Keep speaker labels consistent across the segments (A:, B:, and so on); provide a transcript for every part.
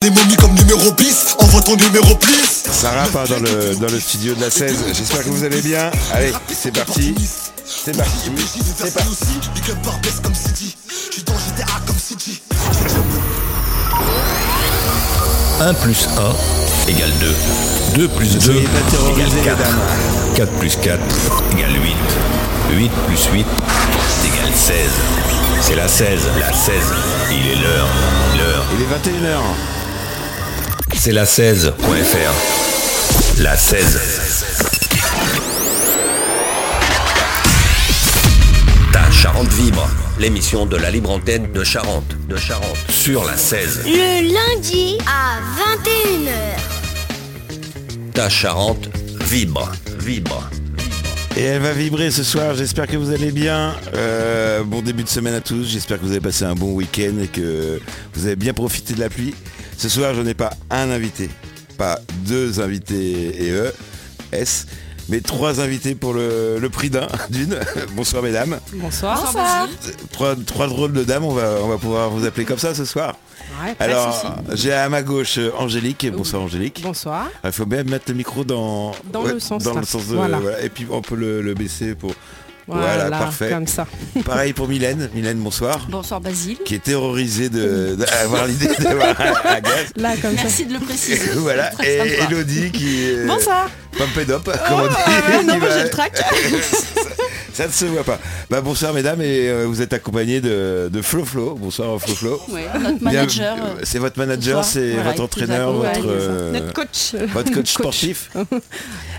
A: des momies comme numéro bis, envoie ton numéro plus.
B: Sarah part dans le, dans le studio de la 16. J'espère que vous allez bien. Allez, c'est parti. C'est parti. C'est parti.
A: comme City. J'suis dans GTA comme City.
C: 1 plus 1 égale 2. 2 plus 2
B: Soyez pas terrorisés,
C: égale 4.
B: mesdames.
C: 4 plus 4 égale 8. 8 plus 8 égale 16. C'est la 16, la 16. Il est l'heure, l'heure.
B: Il est 21h.
C: C'est la 16.fr. La 16. Ta Charente vibre. L'émission de la libre antenne de Charente, de Charente, sur la 16.
D: Le lundi à 21h.
C: Ta Charente vibre, vibre. vibre.
B: Et elle va vibrer ce soir, j'espère que vous allez bien. Euh, bon début de semaine à tous, j'espère que vous avez passé un bon week-end et que vous avez bien profité de la pluie. Ce soir, je n'ai pas un invité, pas deux invités et eux, S, mais trois invités pour le, le prix d'un, d'une. Bonsoir mesdames.
E: Bonsoir.
B: Trois, trois drôles de dames, on va, on va pouvoir vous appeler comme ça ce soir.
E: Ouais, pas de souci.
B: Alors, j'ai à ma gauche euh, Angélique. Bonsoir Angélique.
E: Bonsoir.
B: Il faut bien mettre le micro dans,
E: Dans le sens,
B: dans
E: là.
B: le sens de-
E: Voilà.
B: voilà. Et puis on peut le, le baisser pour.
E: Voilà,
B: Voilà, parfait.
E: comme ça.
B: Pareil pour Mylène. Mylène, bonsoir.
F: Bonsoir Basile.
B: Qui est terrorisée de- d'avoir l'idée d'avoir un gaz.
E: Là, comme
B: Euh,
E: ça.
F: Merci de le préciser.
B: Voilà.
F: Très
B: Et
F: sympa.
B: Elodie qui est
E: Bonsoir.
B: pump and up, comme on dit.
E: Ah, non,
B: Qui
E: moi
B: va-
E: j'ai le trac.
B: Ça ne se voit pas. Bah, bonsoir mesdames et euh, vous êtes accompagnés de, de Flo Flo. Bonsoir Flo Flo.
F: Ouais, notre
B: Bien-
F: manager. euh,
B: euh, c'est votre manager,
F: ce soir.
B: c'est
F: Voilà,
B: votre
F: il nous
B: entraîneur,
F: accompagne,
B: votre,
F: ça.
B: euh,
E: Notre coach.
B: votre coach sportif.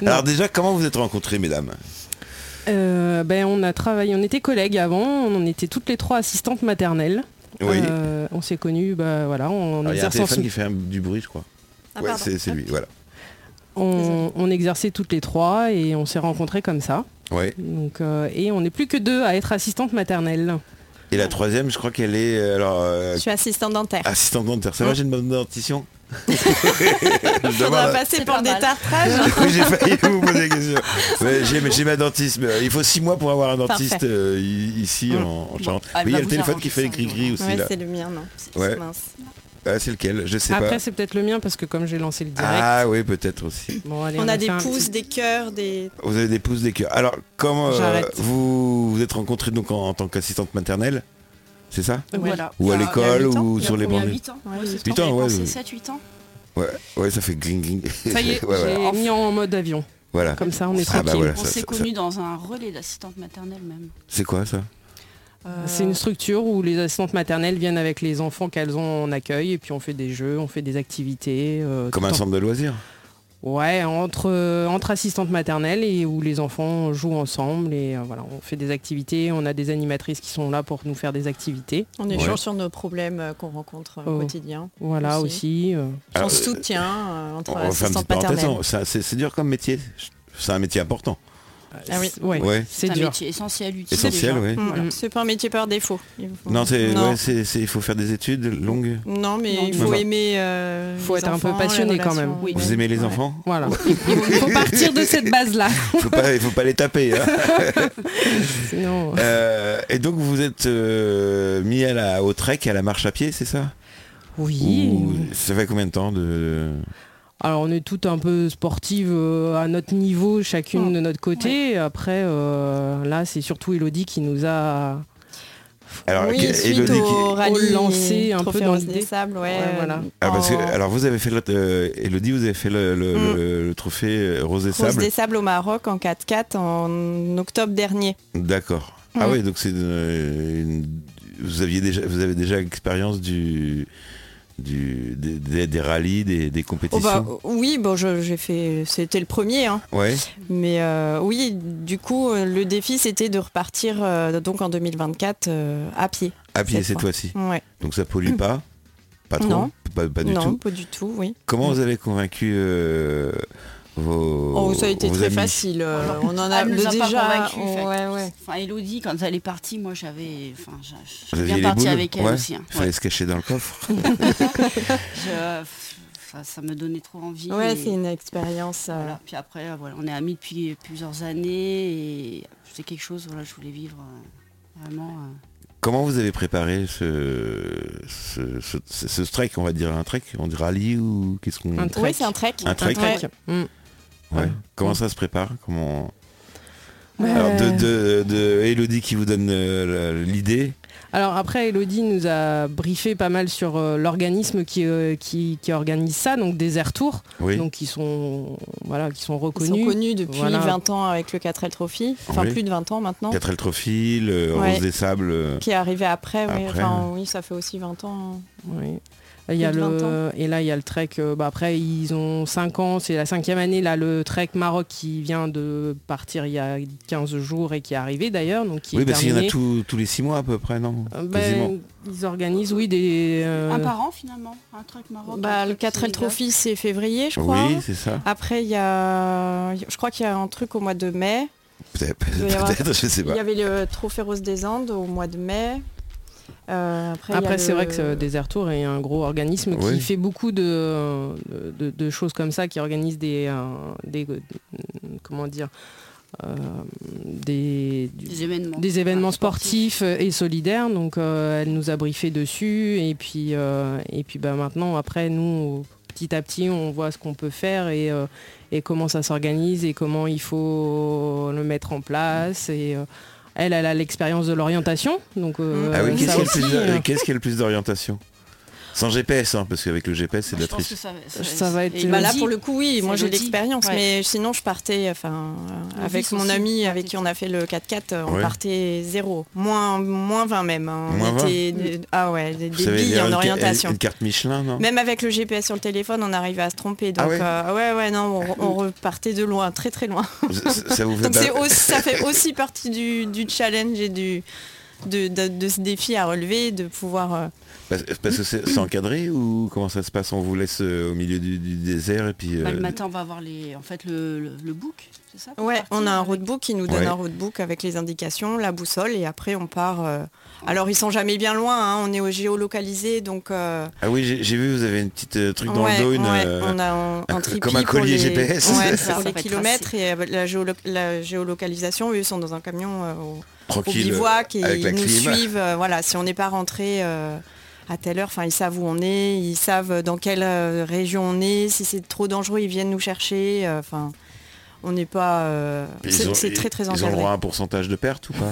B: Alors déjà, comment vous êtes rencontrés mesdames
E: Euh, ben, on a travaillé, on était collègues avant, on en était toutes les trois assistantes maternelles.
B: Oui.
E: Euh, on s'est connus bah, voilà, en,
B: Alors, il y a un
E: exerçant
B: téléphone qui fait un- du bruit, je crois.
F: Ah,
B: ouais,
F: pardon.
B: c'est c'est lui, voilà.
E: on, on exerçait toutes les trois et on s'est rencontrés comme ça.
B: Ouais.
E: Donc, euh, et on n'est plus que deux à être assistantes maternelles.
B: Et la troisième, je crois qu'elle est euh, alors euh,
G: Je suis assistante dentaire.
B: assistante dentaire. Ça va, j'ai une bonne dentition Je
G: On va
B: demande.
G: passer
F: C'est
G: pour
F: pas
G: le
F: mal.
G: détartrage.
B: Oui, j'ai failli vous poser la question. Mais j'ai, j'ai ma dentiste. mais, euh, Il faut six mois pour avoir un dentiste
G: Parfait.
B: euh, i- ici en, en Charente.
F: elle
B: oui, il y
F: va
B: a le
F: vous
B: téléphone
F: arranger
B: qui fait les
F: ça,
B: gris-gris aussi
G: Ouais,
B: là.
G: c'est le mien, non. C'est
B: Ouais.
G: mince.
B: Ah, c'est lequel Je sais
E: Après,
B: pas.
E: c'est peut-être le mien parce que comme j'ai lancé le direct,
B: Ah oui, peut-être aussi.
E: bon, allez,
G: On a des
E: fait un
G: pouces, des cœurs, des.
B: Vous avez des pouces, des cœurs. Alors, comment euh,
E: J'arrête.
B: vous vous êtes rencontrés donc en, en tant qu'assistante maternelle C'est ça
E: petit- Ouais.
F: Voilà.
B: Ou à
F: Il y a-
B: l'école,
F: il y a huit ans.
B: ou
F: Il y a
B: sur les
F: combien,
B: banlieues
F: huit ans. Ouais, c'est
B: Huit
F: ça,
B: ans,
F: j'ai
B: ouais,
F: pensé
B: oui.
F: 7, 8 ans.
B: Ouais, ouais, ça fait gling gling.
E: Ça y est,
B: Ouais, voilà.
E: j'ai mis en mode avion.
B: Voilà.
E: Comme ça, on est
B: Ah bah
E: tranquille.
B: voilà,
F: On
B: ça-
F: s'est
B: ça-
F: connus dans un relais d'assistante maternelle même.
B: C'est quoi ça
F: Euh,
E: C'est une structure où les assistantes maternelles viennent avec les enfants qu'elles ont en accueil et puis on fait des jeux, on fait des activités. euh,
B: Comme
E: tout
B: un
E: en-
B: centre de loisirs
E: Ouais, entre, euh, entre assistantes maternelles et où les enfants jouent ensemble et euh, voilà, on fait des activités, on a des animatrices qui sont là pour nous faire des activités.
G: On échange sur nos problèmes euh, qu'on rencontre euh, au
E: Oh.
G: quotidien.
E: Voilà aussi. euh,
B: Alors,
G: on se soutient euh,
B: Ah, On
G: entre
B: va faire une petite
G: assistantes
B: parenthèse, hein,
G: maternelles.
B: on- ça- c'est c'est dur comme métier. C'est un métier important.
G: Ah oui.
E: c'est- ouais,
B: Ouais.
E: c'est
F: C'est un
E: dur.
F: métier essentiel, utile.
B: Essentiel,
F: déjà.
B: oui.
G: Mm,
E: Voilà.
G: C'est pas un métier par défaut. Il faut-
B: Non, c'est,
G: non.
B: ouais, c'est- c'est- il faut faire des études longues.
G: Non, mais
F: Non,
G: il
B: non.
G: faut aimer. euh,
E: Faut
G: les
E: être un peu
G: enfants, les
E: passionné quand
G: relations.
E: même.
F: Oui.
B: Vous aimez les
G: Ouais.
B: enfants
E: Voilà. Il faut partir de cette base-là.
B: Il faut pas, il faut pas les taper. hein.
E: Sinon, euh,
B: Euh, et donc vous êtes euh, mis à la, au trek, à la marche à pied, c'est ça
E: oui.
B: Ou- Ça fait combien de temps de...
E: Alors on est toutes un peu sportives euh, à notre niveau, chacune
G: Oh.
E: de notre côté. Après, euh, là, c'est surtout Elodie qui nous a
B: Alors,
G: Oui,
B: que-
G: suite
B: Élodie qui-
G: au rallye,
E: lancé un peu
G: Trophée
E: dans
G: Rose
E: l'idée.
G: des sables, ouais.
E: Ouais,
G: euh,
E: voilà.
B: Ah, parce que-
G: en-
B: alors vous avez fait le, euh, Élodie, vous avez fait le, le-
G: Mm.
B: le- le trophée euh, Rose et
G: Rose
B: Sable.
G: des sables au Maroc en 4x4 en octobre dernier.
B: D'accord. Ah
G: Mm.
B: oui, donc c'est euh, une- vous aviez déjà vous avez déjà l'expérience du du des, des- des rallyes, des, des
G: Oh
B: compétitions.
G: bah, oui, bon, je- j'ai fait. C'était le premier. hein.
B: Ouais.
G: Mais euh, oui, du coup, euh, le défi, c'était de repartir euh, donc en 2024 euh, à pied.
B: À pied
G: Cette
B: cette
G: fois.
B: fois-ci.
G: Ouais.
B: Donc ça pollue pas. Pas trop.
G: Mm. Non.
B: Pas, pas du
G: non,
B: tout.
G: pas du tout, oui.
B: Comment vous avez convaincu euh, vos
G: Oh, ça a été
B: vos
G: très
B: amis
G: facile. euh,
F: Alors,
G: on en a,
F: elle nous a pas
G: déjà.
F: convaincus,
G: on-
F: fait.
G: ouais, ouais.
F: Enfin, Elodie, quand elle est partie, moi j'avais. Enfin, je- je
B: Vous
F: suis
B: aviez
F: bien
B: les
F: partie
B: boules
F: avec elle
B: Ouais.
F: aussi. hein.
B: Fallait
F: Ouais.
B: se cacher dans le coffre.
F: Je- enfin, ça me donnait trop envie.
G: Ouais,
F: et-
G: c'est une expérience. euh,
F: Voilà. Puis après, euh, voilà, on est amis depuis plusieurs années et c'est quelque chose, voilà, je voulais vivre euh, vraiment. euh,
B: Comment vous avez préparé ce, ce, ce, ce- ce trek, on va dire un trek, on dit rallye ou qu'est-ce qu'on...
E: Un trek.
G: Oui, c'est un trek.
B: Un trek.
G: Ouais.
E: Mm.
B: Ouais. Comment ça se prépare Comment... Alors de, de, de Elodie qui vous donne euh, la- l'idée.
E: Alors après, Elodie nous a briefé pas mal sur euh, l'organisme qui, euh, qui, qui organise ça, donc des Tours,
B: Oui.
E: donc qui sont, voilà, qui sont
G: Ils
E: reconnus.
G: sont connus depuis
E: Voilà.
G: 20 ans avec le 4L Trophy, enfin
B: Oui.
G: plus de 20 ans maintenant,
B: 4L Trophy, le
G: Ouais.
B: Rose des Sables. euh,
G: qui est arrivé après, oui.
B: Après, hein.
G: Enfin, oui, ça fait aussi 20 ans.
E: Oui. Il y a
G: Plus de
E: le, et là, il y a le trek. euh, bah, après, ils ont 5 ans, c'est la cinquième année. Là, le trek Maroc qui vient de partir il y a 15 jours et qui est arrivé d'ailleurs. Donc qui
B: Oui,
E: est
B: parce qu'il y en a
E: terminé.
B: tous- tous les six mois à peu près, non
E: Euh, ben,
B: Quasiment.
E: ils organisent, oui, des. euh,
G: Ah,
F: Un parent finalement, un truc marrant.
G: Bah, le 4L Trophy, c'est février, je crois.
B: Oui, c'est ça.
G: Après, il y a, je crois qu'il y a un truc au mois de mai.
B: Peut-être,
G: doit y avoir-
B: peut-être, je sais
G: Il
B: pas.
G: y avait le Trophée Rose des Andes au mois de mai. Euh, après, il y a
E: Après, c'est
G: le-
E: vrai que euh, Desert Tour est un gros organisme
B: Oui.
E: qui fait beaucoup de, euh, de, de choses comme ça, qui organise des, euh, des euh, comment dire, euh, des, du-
F: Des événements. Bah,
E: des événements
F: Ouais,
E: sportifs et solidaires. Donc, euh, elle nous a briefé dessus. Et puis, euh, et puis bah, maintenant, après, nous, petit à petit, on voit ce qu'on peut faire et, euh, et comment ça s'organise et comment il faut le mettre en place. Et, euh, elle, elle a l'expérience de l'orientation. Donc, euh,
B: Ah oui, qu'est-ce qu'il
E: ça
B: y a le plus
E: aussi,
B: d'or-
E: euh,
B: qu'est-ce qu'il y a le plus d'orientation Sans GPS, hein, parce qu'avec le GPS, c'est de
F: Je
B: la
F: pense que
B: triche.
F: ça,
E: Ça va être
F: et
G: Bah
E: le
G: là
E: Lodi.
G: pour le coup oui,
F: C'est
G: moi j'ai
F: Lodi.
G: l'expérience,
F: Ouais.
G: mais sinon je partais, enfin euh,
F: Le
G: avec
F: vice
G: mon
F: aussi,
G: ami
F: ouais,
G: avec qui on a fait le 4x4, euh, on
B: Ouais.
G: partait zéro, moins moins 20 même. hein. On
B: Moins 20?
G: était des- ah ouais des,
B: Vous
G: des
B: savez
G: billes
B: lire
G: en
B: une ca-
G: orientation.
B: Une carte Michelin, non
G: Même avec le GPS sur le téléphone, on arrivait à se tromper. Donc
B: Ah ouais
G: euh, ouais ouais non, on, on repartait de loin, très très loin.
B: Ça- Ça vous fait
G: Donc c'est
B: pas...
G: aussi- ça fait aussi partie du, du challenge et du de, de- de ce défi à relever, de pouvoir euh,
B: Parce parce que c'est c'est encadré ou comment ça se passe On vous laisse euh, au milieu du, du désert et puis...
F: Bah, le
B: euh,
F: matin, on va avoir les, en fait, le, le, le book, c'est ça pour
G: Ouais,
F: partir
G: on a un
F: avec-
G: roadbook qui nous donne
B: Ouais.
G: un roadbook avec les indications, la boussole et après on part. euh, Alors ils sont jamais bien loin, hein, on est au géolocalisé donc euh,
B: Ah oui, j'ai j'ai vu, vous avez une petite euh, truc dans
G: ouais,
B: le dos, une...
G: ouais,
B: euh,
G: on a un,
B: un-
G: un tripi
B: comme un
G: pour
B: collier
G: les-
B: GPS.
G: ouais,
F: Ça, ça
G: pour les
F: va être
G: kilomètres et euh, la, géolo- la géolocalisation, eux ils sont dans un camion euh, au- au,
B: tranquille, euh,
G: bivouac et
B: avec la
G: ils nous
B: clim.
G: suivent. euh, voilà, si on n'est pas rentré euh, à telle heure, enfin ils savent où on est, ils savent dans quelle euh, région on est, si c'est trop dangereux ils viennent nous chercher. euh, Enfin, on n'est pas. euh,
B: Puis ils
G: c'est
B: ont-
G: c'est très très
B: Ils ont le
G: encadré.
B: droit à un pourcentage de perte ou pas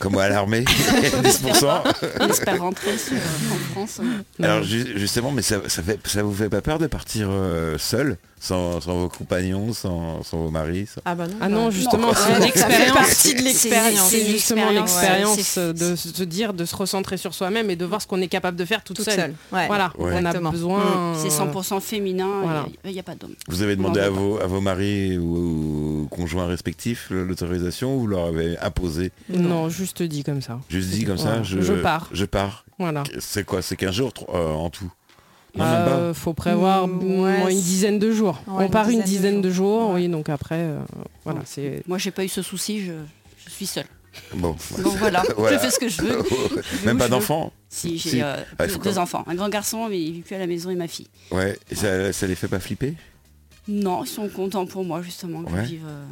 B: Comme à l'armée, 10%
F: On espère rentrer sur- en France. euh,
B: Alors ju- justement, mais ça, ça, fait, ça vous fait pas peur de partir euh, seul, sans, sans vos compagnons, sans, sans vos maris sans-
G: Ah bah non.
E: Ah non, justement,
F: Non.
E: c'est
F: Ouais,
E: une
F: ça fait
E: expérience.
G: partie de l'expérience.
E: C'est
G: C'est
E: justement
G: l'expérience,
E: l'expérience euh, de se dire, de se recentrer sur soi-même et de voir ce qu'on est capable de faire toute,
G: toute
E: seule.
G: seule. Ouais.
E: Voilà,
B: Ouais.
E: on a
G: Exactement. Mm.
E: besoin.
F: C'est 100% féminin, il
E: Oh. Voilà.
F: n'y a, pas d'homme.
B: Vous avez demandé
F: Non,
B: à
F: non.
B: vos, à vos maris ou, ou conjoints respectifs l'autorisation ou vous leur avez imposé
E: Non, juste dit comme ça.
B: Juste dit comme ça,
E: Voilà.
B: je,
E: Je pars.
B: Je pars.
E: Voilà.
B: C'est quoi C'est 15 jours trois- euh, en tout Non, même pas.
E: Euh, faut prévoir
G: Mm,
E: au
G: ouais,
E: moins une
G: c'est-
E: dizaine de jours.
G: Ouais,
E: on
G: une
E: part une
G: dizaine
E: dizaine
G: de
E: de jours,
G: jours,
E: oui, donc après, euh, voilà, c'est.
F: Moi, j'ai pas eu ce souci, je, je suis seule.
B: Bon.
F: Donc voilà,
B: Voilà.
F: je fais ce que je veux.
B: Même
F: Où
B: pas
F: je
B: d'enfants
F: Si, j'ai
B: Si.
F: euh,
B: Ah, il
F: deux,
B: faut
F: deux
B: quand-
F: enfants, un grand garçon, mais il vit plus à la maison, et ma fille.
B: Ouais. Et Ça, ça les fait pas flipper
F: Non, ils sont contents pour moi, justement, que
B: Ouais.
F: je vive euh,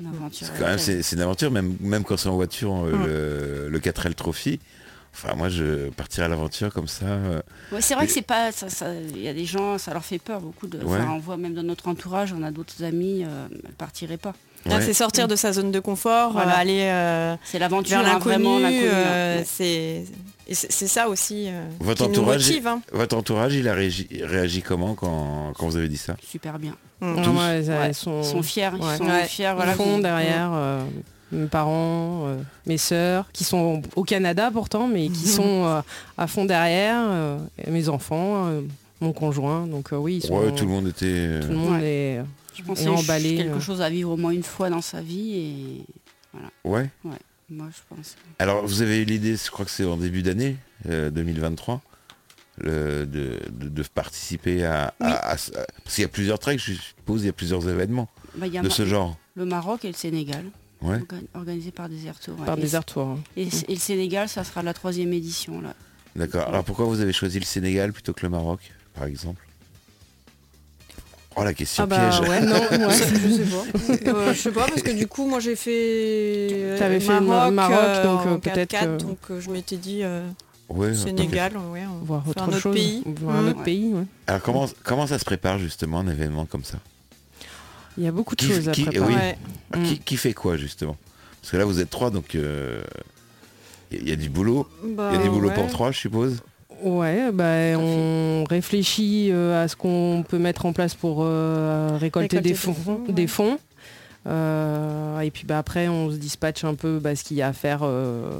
F: une aventure.
B: Parce que quand même, c'est c'est une aventure, même, même quand c'est en voiture, euh, le, le 4L Trophy. Enfin, moi, je partir à l'aventure comme ça. euh,
F: Ouais, c'est vrai que c'est pas. ça- ça- Il y a des gens, ça leur fait peur beaucoup. De,
B: Ouais.
F: enfin, on voit même dans notre entourage, on a d'autres amis, euh, elles partiraient pas.
G: Là,
B: ouais.
G: Ah, c'est sortir de sa zone de confort,
F: Voilà.
G: euh, aller euh,
F: C'est l'aventure,
G: vers
F: hein,
G: l'inconnu.
F: vraiment l'inconnu.
G: euh,
F: hein.
G: c'est et c'est- c'est ça aussi euh,
B: Votre
G: qui nous
B: entourage
G: motive. hein.
B: Votre entourage, il a réagi, réagi comment quand, quand vous avez dit ça
F: Super bien.
G: Mm.
E: Ouais, ouais, ça-
F: Ouais,
E: elles sont,
F: Ils sont fiers,
E: Ouais.
F: ils sont
G: Ouais.
F: fiers.
E: ils
F: Voilà,
E: font
F: qu'on-
E: derrière euh, mes parents, euh, mes sœurs, qui sont au Canada pourtant, mais
G: Mhm.
E: qui sont euh, à fond derrière, euh, et mes enfants, euh, mon conjoint. Donc euh, oui, ils sont.
B: Ouais, tout le monde était. euh,
E: tout le monde est-
F: Je pense
E: Et euh.
F: que c'est
E: emballé,
F: quelque
E: ouais.
F: chose à vivre au moins une fois dans sa vie.
B: Ouais.
F: Et moi, je pense.
B: Alors, vous avez eu l'idée, je crois que c'est en début d'année euh, 2023, le- de, de- de participer à. à- à- à- parce qu'il y a plusieurs treks, je suppose, il y a plusieurs événements
F: Bah, il y a
B: de
F: Mar-
B: ce genre.
F: le Maroc et le Sénégal,
B: Ouais.
F: organ- organisés par des Tour. ouais.
E: par
F: et,
E: des hein. retours.
F: et- et le Sénégal, ça sera la troisième édition. Là.
B: D'accord. Alors, pourquoi vous avez choisi le Sénégal plutôt que le Maroc, par exemple Oh la question
E: Ah bah
B: piège.
E: ouais, non, ouais.
G: je sais pas. Euh, je sais pas parce que du coup moi j'ai fait euh,
E: T'avais fait le
G: Maroc,
E: Maroc,
G: euh,
E: donc,
G: en
E: euh, peut-être
G: 4x4,
E: que-
G: donc euh, je m'étais dit euh,
B: Ouais,
G: Sénégal ouais, on
E: voir
G: fait
E: autre
G: un autre
E: chose,
G: pays.
E: voir un
G: Mm.
E: autre pays. ouais.
B: Alors comment, comment ça se prépare justement un événement comme ça
E: Il y a beaucoup de
B: Qui-
E: choses à
B: qui-
E: préparer.
B: Oui.
G: Ouais.
B: Alors, qui, qui fait quoi justement Parce que là vous êtes trois donc il y, a du boulot. Il
G: Bah,
B: y a du boulot pour
G: ouais.
B: trois je suppose.
E: Ouais, bah, on réfléchit euh, à ce qu'on peut mettre en place pour euh, récolter,
G: Récolter
E: des fonds.
G: des fonds, ouais.
E: des fonds. Euh, et puis bah, après, on se dispatche un peu bah, ce qu'il y a à faire, euh,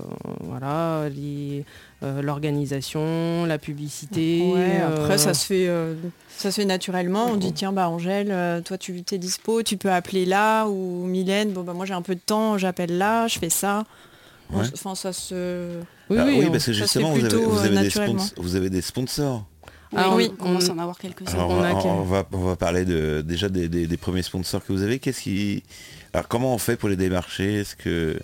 E: voilà, les- euh, l'organisation, la publicité.
G: Ouais, après
E: euh,
G: ça se fait euh, ça se fait naturellement. On dit tiens bah Angèle, euh, toi tu t'es dispo, tu peux appeler là ou Mylène, bon bah moi j'ai un peu de temps, j'appelle là, je fais ça. On
B: Ouais.
G: s- Enfin ça se.
E: oui,
B: Ah
E: oui, on-
B: parce que
G: ça se
B: justement
G: fait
B: vous avez,
G: plutôt,
B: vous
G: euh,
B: avez des
G: naturellement.
B: spons- vous avez des sponsors.
F: Oui,
E: Ah, oui,
F: on commence à en avoir quelques-uns.
B: Alors,
E: on
B: on,
E: a
B: on-
E: quel-
B: on va, on va parler de, déjà des, des- des premiers sponsors que vous avez. Qu'est-ce qui... Alors comment on fait pour les démarcher Est-ce que...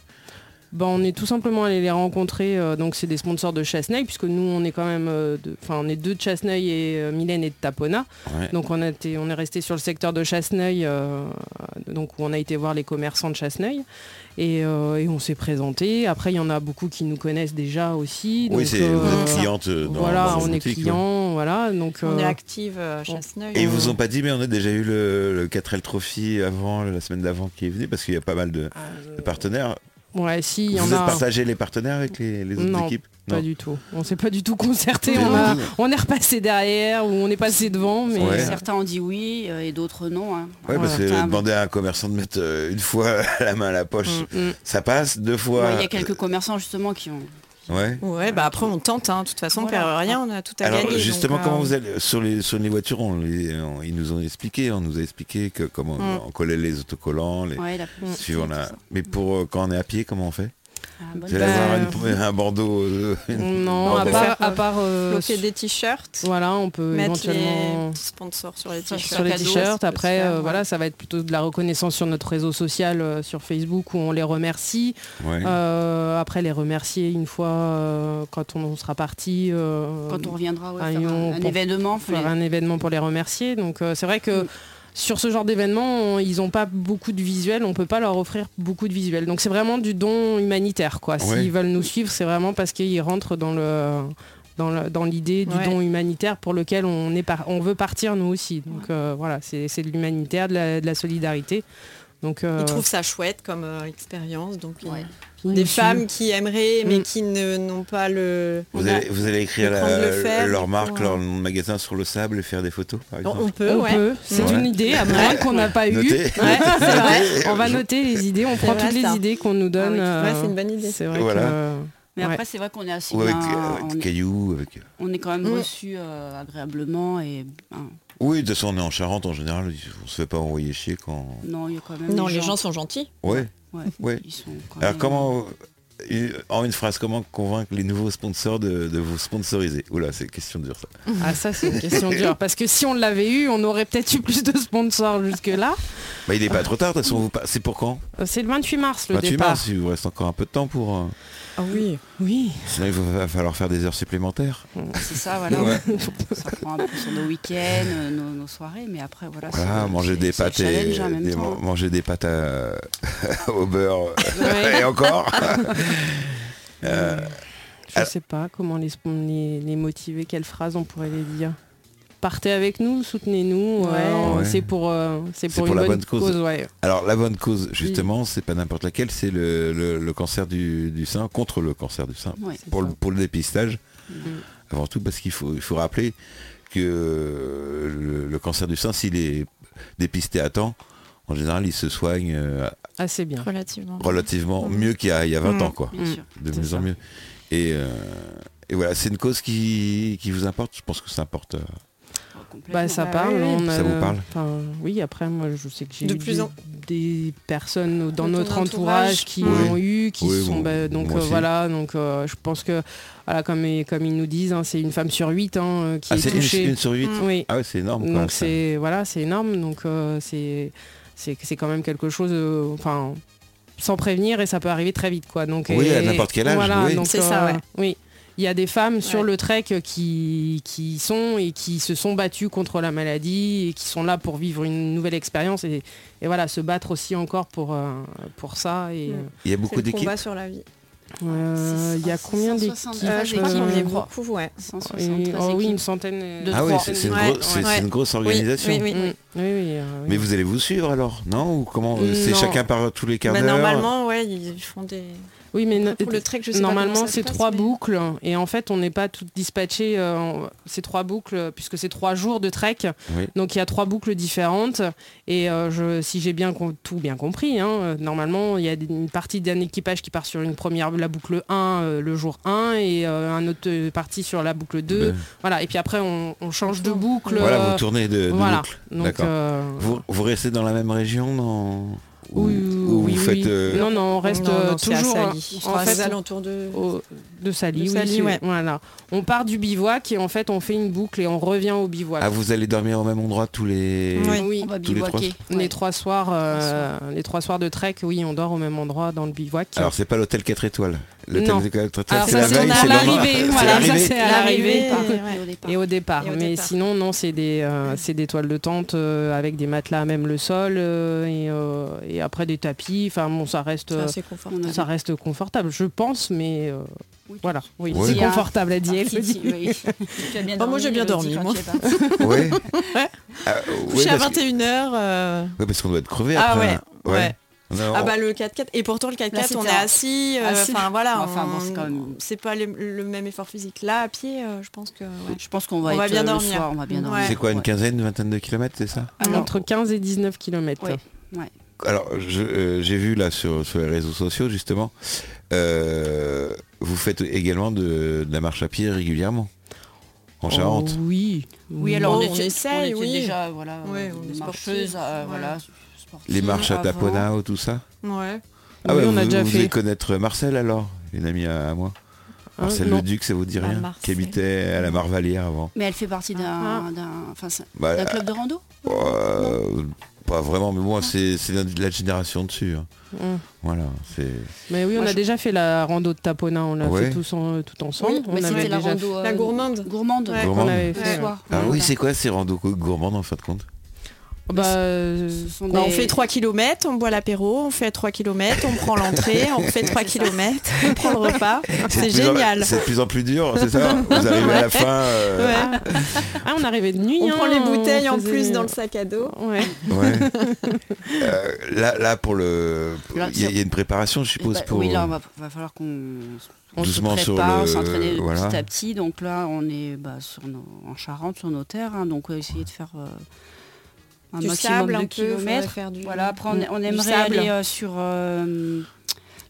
E: Bah, on est tout simplement allé les rencontrer. euh, donc c'est des sponsors de Chasseneuil, puisque nous on est quand même, euh, de- enfin on est deux de Chasseneuil et euh, Mylène et de Tapona.
B: Ouais.
E: Donc on a été, on est resté sur le secteur de Chasseneuil, euh, donc où on a été voir les commerçants de Chasseneuil et, euh, et on s'est présenté. Après il y en a beaucoup qui nous connaissent déjà aussi.
B: Oui,
E: donc,
B: c'est, vous
E: euh,
B: êtes cliente euh, dans,
E: voilà,
B: dans
E: on
B: votre
E: est
B: boutique, ouais.
E: client, voilà. Donc
G: On est
E: euh,
G: active euh, à Chasseneuil.
B: Et ils vous ont pas dit, mais on a déjà eu le, le 4L Trophy avant, la semaine d'avant qui est venue, parce qu'il y a pas mal de, de partenaires.
E: ouais, si Ah, euh, il y
B: vous
E: en
B: êtes
E: a.
B: partagé les partenaires avec les, les autres
E: Non,
B: équipes
E: Pas du tout. On s'est pas du tout concerté.
B: Mais
E: On, a-
B: non.
E: on est repassé derrière ou on est passé devant, mais
B: Ah Ouais.
F: Certains ont dit oui euh, et d'autres non. hein.
B: Ouais, parce que
F: Certains-
B: demander à un commerçant de mettre euh, une fois la main à la poche,
E: Mm, mm.
B: ça passe, deux fois.
F: Ouais, Il y a quelques commerçants justement qui ont.
B: Ouais.
G: Ouais bah après on tente hein, de toute façon
F: Voilà.
G: on perd rien, on a tout à
B: Alors
G: gagner.
B: justement,
G: donc,
B: comment
G: euh,
B: vous allez sur les sur les voitures on les- on- Ils nous ont expliqué, on nous a expliqué que comment
G: Mm.
B: on collait les autocollants, les
F: Ouais, la
B: suivant
F: tout
B: la-
F: ça.
B: Mais pour euh, quand on est à pied, comment on fait
F: Ah, bonne
B: Vous allez
E: Bah,
B: avoir une- un bandeau. euh, une-
E: Non,
G: On
E: à
G: peut
E: part,
G: faire,
E: à
G: euh,
E: part, euh,
G: bloquer des t-shirts,
E: voilà, on peut
G: mettre les
E: éventuellement
G: petits sponsors sur les
F: Sur-
G: t-shirts.
E: sur les
F: cadeaux, ça
E: t-shirts.
F: peut
E: Après,
F: se faire,
E: euh,
F: ouais.
E: voilà, ça va être plutôt de la reconnaissance sur notre réseau social, euh, sur Facebook, où on les remercie.
B: Ouais.
E: Euh, après, les remercier une fois euh, quand on sera parti. euh,
F: Quand on reviendra, ouais,
E: un
F: faire
E: lion
F: un, un
E: pour-
F: événement, faut
E: faire
F: les-
E: un événement pour les remercier. Donc, euh, c'est vrai que. Sur ce genre d'événement, on- ils n'ont pas beaucoup de visuels, on ne peut pas leur offrir beaucoup de visuels. Donc c'est vraiment du don humanitaire. quoi.
B: Ouais.
E: S'ils veulent nous suivre, c'est vraiment parce qu'ils rentrent dans le dans le- dans l'idée du
G: Ouais.
E: don humanitaire pour lequel on, est par- on veut partir nous aussi. Donc euh, voilà, c'est c'est de l'humanitaire, de la, de la solidarité. Donc, euh,
G: Ils trouvent ça chouette comme euh, expérience, donc ils-
F: Ouais.
E: ils
G: des
E: nous
G: femmes qui aimeraient mais
E: Mm.
G: qui ne n'ont pas le.
B: Vous allez, vous allez écrire
G: Le prendre,
B: la-
G: le faire,
B: leur
G: du
B: marque,
G: coup,
B: leur
G: euh.
B: nom de magasin sur le sable et faire des photos, par
G: On,
B: exemple.
G: on peut,
E: On
G: ouais.
E: peut, euh, c'est
B: Ouais.
E: une idée à moi qu'on n'a pas eue.
B: Notez.
E: Ouais, c'est vrai.
B: Notez.
E: On va noter les idées, on prend
G: vrai,
E: toutes les
G: ça.
E: idées qu'on nous
G: Ah
E: donne.
G: oui, ouais, c'est
E: euh,
G: une bonne idée.
E: c'est vrai
B: Voilà.
E: que-
F: Mais
E: Ouais.
F: après, c'est vrai qu'on est assez
B: Ou avec,
F: bien,
B: euh, avec
F: on,
B: des
F: est,
B: cailloux, avec...
F: on est quand même
G: Mm.
F: reçus euh, agréablement et hein,
B: Oui, de toute façon, on est en Charente en général, on se fait pas envoyer chier quand.
F: non, il y a quand même.
G: Non,
F: des
G: les gens sont gentils.
B: Ouais.
F: ouais,
B: ouais.
F: Ils sont quand
B: Alors
F: même-
B: comment, une- en une phrase, comment convaincre les nouveaux sponsors de, de vous sponsoriser Oula, c'est question dure ça.
E: Ah ça c'est une question dure parce que si on l'avait eu, on aurait peut-être eu plus de sponsors jusque là.
B: Bah, il est pas trop tard, de toute façon, vous pas- c'est pour quand
E: Euh, C'est le 28 mars le
B: 28
E: départ.
B: mars, il vous reste encore un peu de temps pour... euh,
G: Ah oui.
E: Oui.
B: Sinon, il va falloir faire des heures supplémentaires.
F: Ah, C'est ça, voilà.
B: Ouais.
F: Ça prend un peu sur nos week-ends, euh, nos, nos soirées, mais après, voilà.
B: Voilà,
F: c'est-
B: manger
F: c'est-
B: des
F: c'est le
B: pâtes et...
F: challenge en même
B: des-
F: temps.
B: manger des pâtes à- au beurre
E: Ouais.
B: et encore
E: Je sais pas comment les, spon- les, les motiver, quelle phrase on pourrait les dire. Partez avec nous, soutenez-nous. euh,
B: Ouais.
E: C'est pour, euh, c'est
B: C'est
E: pour,
B: pour
E: une
B: la
E: bonne
B: bonne cause.
E: ouais.
B: Alors la bonne cause, justement, c'est pas n'importe laquelle, c'est le, le- le cancer du, du sein, contre le cancer du sein,
F: Ouais.
B: pour,
E: ça.
B: le, pour le dépistage. Avant tout parce qu'il faut, il faut rappeler que le, le cancer du sein, s'il est dépisté à temps, en général, il se soigne euh,
E: Ah c'est bien.
G: Relativement.
B: relativement mieux qu'il y a, il y a 20 ans,
E: Mm.
B: quoi.
F: Bien sûr.
B: De
E: c'est
B: mieux en
E: ça.
B: mieux. Et, euh, et voilà, c'est une cause qui, qui vous importe, je pense que ça importe. euh,
E: Bah ça
G: Bah
E: parle.
G: oui.
E: on a-
B: Ça vous parle
E: enfin, Oui après moi je sais que j'ai
G: De
E: eu
G: plus
E: des,
G: en-
E: des personnes dans
G: De ton
E: notre entourage
G: entourage.
E: qui
B: Oui.
E: l'ont eu, qui
B: Oui,
E: se sont
B: bon,
E: bah, donc
B: moi
E: euh,
B: aussi.
E: voilà donc euh, je pense que voilà, comme et- comme ils nous disent hein, c'est une femme sur huit hein, euh, qui
B: Ah,
E: est
B: c'est une,
E: touchée.
B: une sur 8
E: Oui.
B: Ah ouais, c'est énorme. quoi,
E: Donc
B: ça.
E: c'est voilà, c'est énorme. Donc euh, c'est c'est c'est quand même quelque chose. euh, enfin, sans prévenir et ça peut arriver très vite, quoi. Donc
B: Oui,
E: et-
B: à n'importe quel âge,
E: Voilà,
B: oui.
E: donc, euh,
G: C'est ça, ouais.
E: Oui. il y a des femmes sur le trek qui, qui y sont et qui se sont battues contre la maladie et qui sont là pour vivre une nouvelle expérience et, et voilà, se battre aussi encore pour, euh, pour ça. Et,
H: Ouais.
B: Il y a
H: C'est
B: beaucoup
H: le
B: d'équipes.
H: combat sur la vie.
E: euh, il y a combien d'équipes
F: 173
H: Euh, je crois
E: euh,
H: qu'on y
E: et-
H: croit. ouais.
E: et-
F: 173
E: oh oui,
F: équipes.
E: une centaine.
F: De
B: Ah oui,
F: trois.
B: c'est c'est une,
H: Ouais,
B: grosse- c'est-
H: ouais.
B: c'est une grosse organisation.
H: Oui,
E: Mm.
H: oui,
G: Bah,
H: oui.
E: Oui, oui, euh, oui.
B: Mais vous allez vous suivre alors, non Ou comment euh, C'est
E: Non.
B: chacun par tous les quarts
G: Bah,
B: d'heure
G: normalement, ouais, ils font des.
E: Oui, mais no-
H: Pour le trek, je sais pas
E: Euh, normalement
H: comment ça se
E: c'est
H: passe,
E: trois
H: mais-
E: boucles hein. et en fait on n'est pas toutes dispatchées euh, en- ces trois boucles euh, puisque c'est trois jours de trek
B: Oui.
E: donc il y a trois boucles différentes et euh, je, si j'ai bien com- tout bien compris hein, euh, normalement il y a d- une partie d'un équipage qui part sur une première la boucle 1 euh, le jour 1 et euh, un autre euh, partie sur la boucle 2
B: Ben,
E: voilà et puis après on, on change de boucle
B: Voilà,
E: euh,
B: vous tournez de, de
E: voilà.
B: boucle.
E: donc
B: D'accord.
E: euh,
B: Vous, vous restez dans la même région dans... ou-
E: oui,
B: ou
E: oui,
B: vous
E: oui.
B: faites... euh,
E: non non on reste
G: Non, non,
E: euh,
G: c'est à
E: toujours
G: Sali.
E: en
H: Aux
E: fait, on-
H: alentours de.
E: au- de Sali,
G: De
E: oui,
G: Sali,
E: c'est-
G: ouais.
E: voilà. On part du bivouac et en fait on fait une boucle et on revient au bivouac.
B: Ah, vous allez dormir au même endroit tous les...
G: Oui.
E: oh Oui,
F: On va
B: Tous les trois.
F: bivouaquer.
E: les trois soirs, euh, les trois soirs de trek, oui, on dort au même endroit dans le bivouac.
B: Alors, c'est pas l'hôtel 4 étoiles. L'hôtel
E: Non.
B: 4 étoiles,
E: Alors,
B: c'est
E: ça,
B: la
E: c'est
B: veille,
E: à
B: c'est le lendemain.
E: l'arrivée,
B: C'est
E: voilà, ça,
B: l'arrivée.
E: c'est à l'arrivée.
G: L'arrivée,
E: par-
G: ouais.
F: Et au départ.
E: Et au départ,
G: Et au
E: mais
G: départ.
E: sinon non, c'est des, euh, c'est des toiles de tente euh, avec des matelas même le sol euh, et, euh, et après des tapis. Enfin bon, ça reste, euh,
H: Ah, c'est confort.
F: On a-
E: ça reste confortable, je pense, mais euh,
F: Oui.
E: voilà, oui,
B: Oui.
E: c'est
F: Il y a-
E: confortable à
F: Ah,
E: dire. elle
F: si,
E: le
F: si,
E: dit.
F: oui. Bah, Tu as bien
H: Oh, moi, j'ai bien
F: elle le dit
H: dormi,
F: quand
H: moi.
F: tu es parti.
B: Ouais. Ah, ouais,
H: Couché à
B: parce que-
H: 21h.
G: euh,
B: ouais, parce qu'on doit être crevé
H: Ah,
B: après.
H: ouais,
B: hein.
H: ouais.
B: Non,
G: Ah bah le 4x4 et pourtant le 4x4
F: Là, c'était
G: on est
F: un-
G: assis euh,
F: assis.
G: enfin voilà
F: Enfin, bon,
G: on-
F: c'est quand même-
G: c'est pas le, le même effort physique là à pied euh, je pense que ouais.
F: Je pense qu'on va
G: On va
F: être,
G: bien
F: euh, le
G: dormir.
F: soir, on va bien
G: Ouais.
F: dormir.
B: C'est quoi, une
F: Ouais.
B: quinzaine, une vingtaine de kilomètres, c'est ça
F: Alors,
E: Entre 15 et 19 km.
F: Ouais.
B: Alors, je, euh, j'ai vu là sur, sur les réseaux sociaux, justement, euh, vous faites également de, de la marche à pied régulièrement
E: Oh,
B: en Charente.
E: oui.
F: Oui, alors on,
G: on
F: était, on
G: essaye,
F: était
G: oui.
F: déjà voilà, euh,
G: Ouais, on est
F: marcheuse,
G: sportive, ouais.
F: euh, voilà,
B: Les marches à
F: avant.
B: Tapona ou tout ça
G: Ouais.
B: Ah
E: Oui, on
B: vous,
E: a déjà
B: vous
E: fait.
B: devez connaître Marcel alors, une amie à, à moi.
E: Hein,
B: Marcel
E: non.
B: Le Duc, ça vous dit
G: Ah,
B: rien Qui
G: Marcel.
B: habitait à la Marvalière avant.
F: Mais elle fait partie d'un, d'un- enfin, c'est-
B: Bah,
F: d'un club de rando.
B: euh, pas vraiment, mais moi, c'est c'est de la génération dessus. hein.
E: Hum.
B: Voilà, c'est...
E: Mais oui, on
F: Moi,
E: a
F: je-
E: déjà fait la rando de Tapona, on l'a
B: Ouais.
E: fait tous en- tout ensemble.
F: Oui,
E: on
F: mais
E: avait
F: c'était la
E: déjà
F: rando euh,
G: la gourmande
F: gourmande.
G: Ouais.
E: fait-
B: Gourmande.
E: on avait
F: Le
E: fait, ouais.
F: soir.
B: Ah
F: Voilà.
B: oui, c'est quoi ces randos gourmandes en fin de compte
E: Bah, euh,
F: Ce sont
G: Bah, on
F: des-
G: fait 3 km, on boit l'apéro, on fait 3 km, on prend l'entrée, on fait 3 km, on prend le repas.
B: de
G: C'est
B: plus en-
G: génial.
B: C'est de plus en plus dur, c'est ça Vous arrivez à la fin. euh,
G: Ouais.
E: Ah, on arrivait de nuit.
G: On
E: hein,
G: prend les
E: on
G: bouteilles en
E: faisait-
G: plus dans le sac à dos.
E: Ouais.
B: ouais. Euh, là, là, pour le.
F: Là,
B: Il y, a- il y a une préparation, je
F: Eh
B: suppose,
F: ben,
B: pour.
F: Oui, là, on va, va falloir qu'on on
B: Doucement
F: se
B: sur
F: prépare,
B: le-
F: s'entraîner
B: voilà.
F: petit à petit. Donc là, on est bah, sur nos- en Charente, sur nos terres. hein. donc, euh, essayer de faire euh, un
H: Du
F: maximum
H: sable
F: de
H: un peu. faudrait
F: kilomètres.
H: faire du-
F: Voilà, après, on, on
H: du
F: aimerait
H: sable.
F: aller euh, sur euh,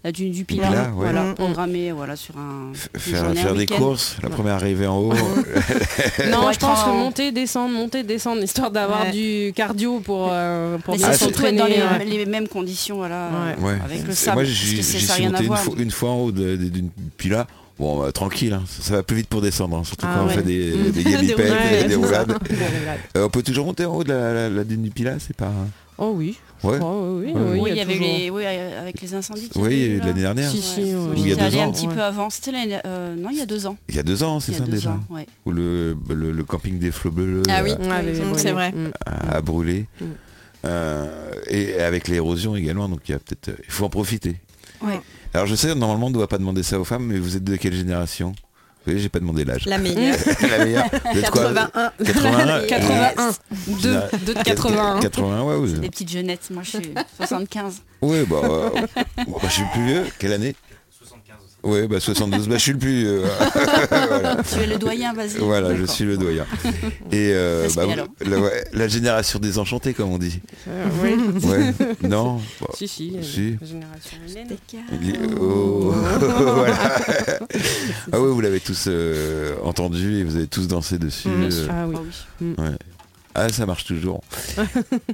F: la dune du Pilat.
B: Pilat, ouais.
F: Voilà,
E: Mm.
F: programmer voilà, sur un.
B: f-
F: une
B: Faire,
F: journée, un
B: faire des
F: week-end.
B: courses, la
E: Ouais.
B: première arrivée en haut.
E: Non,
F: Pour
E: je
F: être
E: pense que
F: en-
E: monter, descendre, monter, descendre, histoire d'avoir
H: Ouais.
E: du cardio pour, euh, pour
F: Mais
E: bien
B: Ah,
F: ça
B: c'est-
F: se trouve être dans
E: s'entraîner.
F: les, euh,
E: ouais.
F: les mêmes conditions, voilà, euh,
B: ouais.
F: avec le
B: Et
F: sable.
B: Moi,
F: parce
B: j'y
F: que c'est-
B: j'y
F: ça a
B: suis
F: rien à
B: monté une
F: voir.
B: fois, une fois en haut de- de- d'une. Puis là. Bon, bah, tranquille, hein, ça ça va plus vite pour descendre, hein, surtout
E: Ah
B: quand on
E: ouais.
B: fait des,
E: Mm.
B: des galipettes,
E: Des roulades.
B: des, des roulades.
E: Des roulades.
B: Euh, on peut toujours monter en haut de la, la- la dune du Pilat, c'est pas... hein.
E: Oh oui. je
B: Ouais.
E: crois, oui, oui,
B: Ouais.
E: oui,
F: Oui,
E: il y a
F: avait
E: toujours-
F: les, oui, avec les incendies. qu'il y
B: Oui,
F: avait
B: il y a
F: eu,
B: eu
F: là.
B: l'année dernière,
E: Si,
F: Ouais.
E: si, ouais.
B: il y a
F: J'étais allée
B: deux
F: un
B: ans.
F: petit
E: Ouais.
F: peu avant. C'était l'année. euh, non, il y a deux ans.
B: il y a deux ans,
F: Il
B: c'est
F: y a
B: ça
F: deux
B: déjà
F: ans, ouais.
B: Ou le, le, le camping des flots bleus
G: Ah oui.
B: euh,
E: Ouais, les-
G: Mm,
E: ouais,
G: c'est
E: les-
G: vrai.
E: Mm.
B: à, à brûler.
E: Mm.
B: Euh, et avec l'érosion également, donc il y a peut-être... euh, Il faut en profiter.
F: Ouais.
B: Alors je sais, normalement on ne doit pas demander ça aux femmes, mais vous êtes de quelle génération Vous voyez, j'ai pas demandé l'âge.
G: La meilleure.
B: La meilleure. Vous êtes quoi
G: 81.
B: 81
E: 81. Deux.
B: Général-
E: Deux de 81.
B: 81, ouais.
F: C'est
B: Vous...
F: des petites jeunettes. Moi, je suis 75.
B: Ouais, bah, euh, bon, bah, je suis le plus vieux. Quelle année 75 aussi. Ouais, bah 72, bah je suis le plus... euh,
F: tu es le doyen, vas-y.
B: Voilà, je
F: D'accord.
B: suis le doyen. Et euh,
F: Respect,
B: bah,
F: alors.
B: la, ouais, la génération désenchantée, comme on dit.
E: Euh, oui.
B: Ouais. non. Bon,
E: Si, si. il y a
B: Si.
E: la Génération Ah, Hélène.
B: li- oh. Voilà. Ah oui, vous l'avez tous euh, entendu et vous avez tous dansé dessus.
G: Mm.
B: Euh,
E: Ah oui.
F: Ah oui.
B: Ah, ça marche toujours.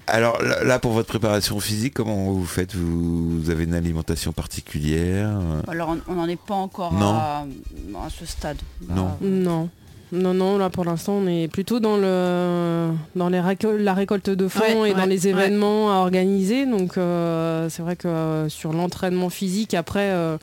B: Alors là, là, pour votre préparation physique, comment vous faites vous, vous avez une alimentation particulière euh,
F: Alors, on- on n'en est pas encore
B: Non.
F: à, à ce stade.
B: Non.
F: Euh,
E: Non. Non, non, là pour l'instant on est plutôt dans le dans les récol- la récolte de fonds
G: Ouais,
E: et dans
G: ouais,
E: les
G: ouais.
E: événements à organiser. Donc euh, c'est vrai que euh, sur l'entraînement physique, après euh,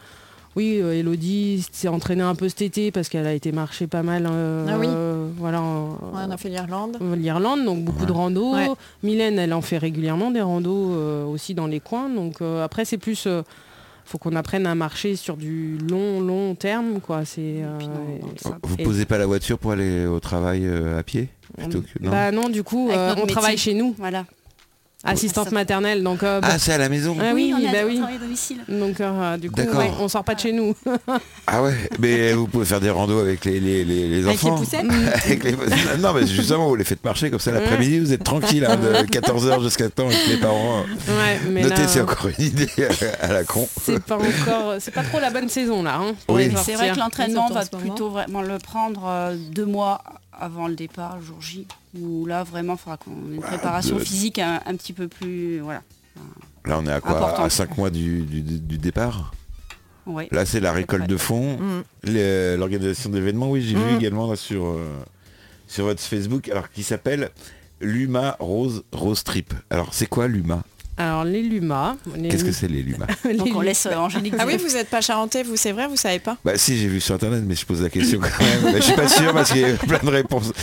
E: oui, euh, Elodie s'est entraînée un peu cet été parce qu'elle a été marcher pas mal. euh,
G: Ah oui.
E: euh, voilà. en-
G: Ouais, on a fait l'Irlande.
E: euh, l'Irlande, donc beaucoup de randos.
G: Ouais.
E: Mylène, elle en fait régulièrement des randos euh, aussi dans les coins. Donc euh, après, c'est plus, euh, faut qu'on apprenne à marcher sur du long, long terme, quoi. C'est euh,
F: puis dans- dans le sable.
B: Vous
E: Et-
B: posez pas la voiture pour aller au travail euh, à pied plutôt que- non
E: bah non, du coup,
F: Avec
E: euh, on
F: notre
E: travaille
F: métier.
E: chez nous,
F: Voilà.
E: assistante
F: ça-
E: maternelle. Donc euh, bah,
B: Ah, c'est à la maison.
E: ah oui,
F: on a
E: bah
F: un
E: oui.
F: travail à domicile.
E: Donc euh, du coup,
B: D'accord.
E: ouais, on sort pas de chez nous.
B: Ah ouais, mais vous pouvez faire des randos avec les, les, les, les
G: Avec les
B: enfants.
G: poussettes
F: Mm.
B: Avec les poussettes. Non, mais justement, vous les faites marcher comme ça l'après-midi, vous êtes tranquille hein, de 14h jusqu'à temps avec les parents.
E: Ouais, mais
B: Notez,
E: là,
B: c'est encore une idée à la con.
E: c'est pas encore, c'est pas trop la bonne saison là. hein, pour
B: Oui.
E: les
B: Mais
F: C'est
E: sortir.
F: vrai que l'entraînement
G: Ils
F: va
G: sortent en ce moment.
F: plutôt vraiment le prendre euh, deux mois avant le départ, le jour J, où là vraiment il faudra qu'on ait une préparation
B: de-
F: physique un, un petit peu plus. Voilà.
B: Là, on est à quoi
F: Important.
B: À 5 mois du, du- du départ
F: Ouais.
B: Là, c'est la récolte de fonds,
G: Mm.
B: le- l'organisation d'événements. Oui, j'ai vu
G: Mm.
B: également là, sur, euh, sur votre Facebook, alors qui s'appelle Luma Rose Rose Trip. Alors, c'est quoi Luma
E: Alors les lumas. les-
B: Qu'est-ce que c'est les Luma
E: les
F: Donc on laisse euh, Angélique.
G: Ah oui,
F: dire.
G: vous n'êtes pas charentais, vous, c'est vrai, vous savez pas
B: Bah si, j'ai vu sur internet, mais je pose la question quand même. Bah, je suis pas sûr parce qu'il y a plein de réponses.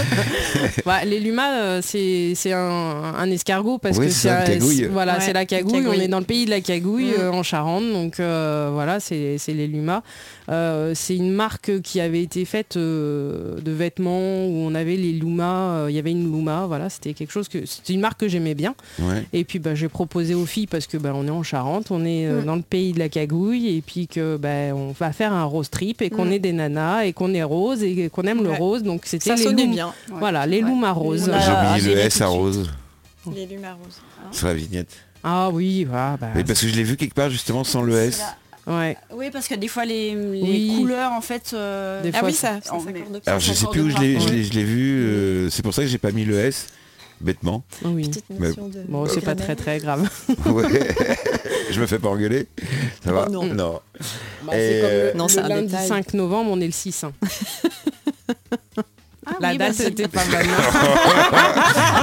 E: Bah, les lumas, euh, c'est c'est un, un escargot parce
B: Oui,
E: que
B: c'est
E: c'est
B: ça,
E: un-
B: la cagouille.
E: c'est- Voilà,
G: Ouais,
E: c'est la
G: la
E: cagouille.
G: cagouille.
E: On est dans le pays de la cagouille
G: Mm.
E: euh, en Charente, donc euh, voilà, c'est c'est les lumas. Euh, c'est une marque qui avait été faite euh, de vêtements où on avait les lumas. euh, Il y avait une luma, voilà, c'était quelque chose que c'était une marque que j'aimais bien.
B: Ouais.
E: Et puis bah, j'ai proposé aux filles parce que bah, on est en Charente, on est euh,
G: Mm.
E: dans le pays de la cagouille et puis que bah, on va faire un rose trip et qu'on
G: Mm.
E: est des nanas et qu'on est rose et qu'on aime le
G: Ouais.
E: rose. Donc
G: Ça
E: c'était les
G: sonnait
E: lum-
G: bien,
F: Ouais.
E: Voilà, les
F: Ouais.
E: loups maroses.
F: On a-
B: J'ai oublié le
F: gêné
B: S à
F: tout de
B: Rose
F: Mm.
G: les lumières roses.
B: sur la vignette.
E: Ah oui, ah, bah,
B: Oui, parce que je l'ai vu quelque part justement sans le S.
F: C'est la-
E: ouais.
F: Oui, parce que des fois les, les
E: Oui.
F: couleurs en fait. euh,
E: Des
G: Ah
E: fois,
G: oui, ça,
F: on
G: ça
F: met-
G: s'accorde
B: Alors je
F: Ça
B: sais
F: sort
B: plus
F: de
B: où je l'ai-
F: partout.
B: je l'ai je l'ai vu. euh, c'est pour ça que j'ai pas mis le S. Bêtement.
E: oui.
G: Petite
B: Mais-
G: notion de...
E: Bon, c'est pas très très grave.
B: Ouais. je me fais pas engueuler. Ça va
G: Oh non.
B: Et euh,
G: Non, c'est un
E: lundi
G: détail.
E: 5 novembre, on est le 6. hein.
F: Ah
E: La
F: oui, bah,
E: date,
F: c'est- Ah,
E: c'était pas mal.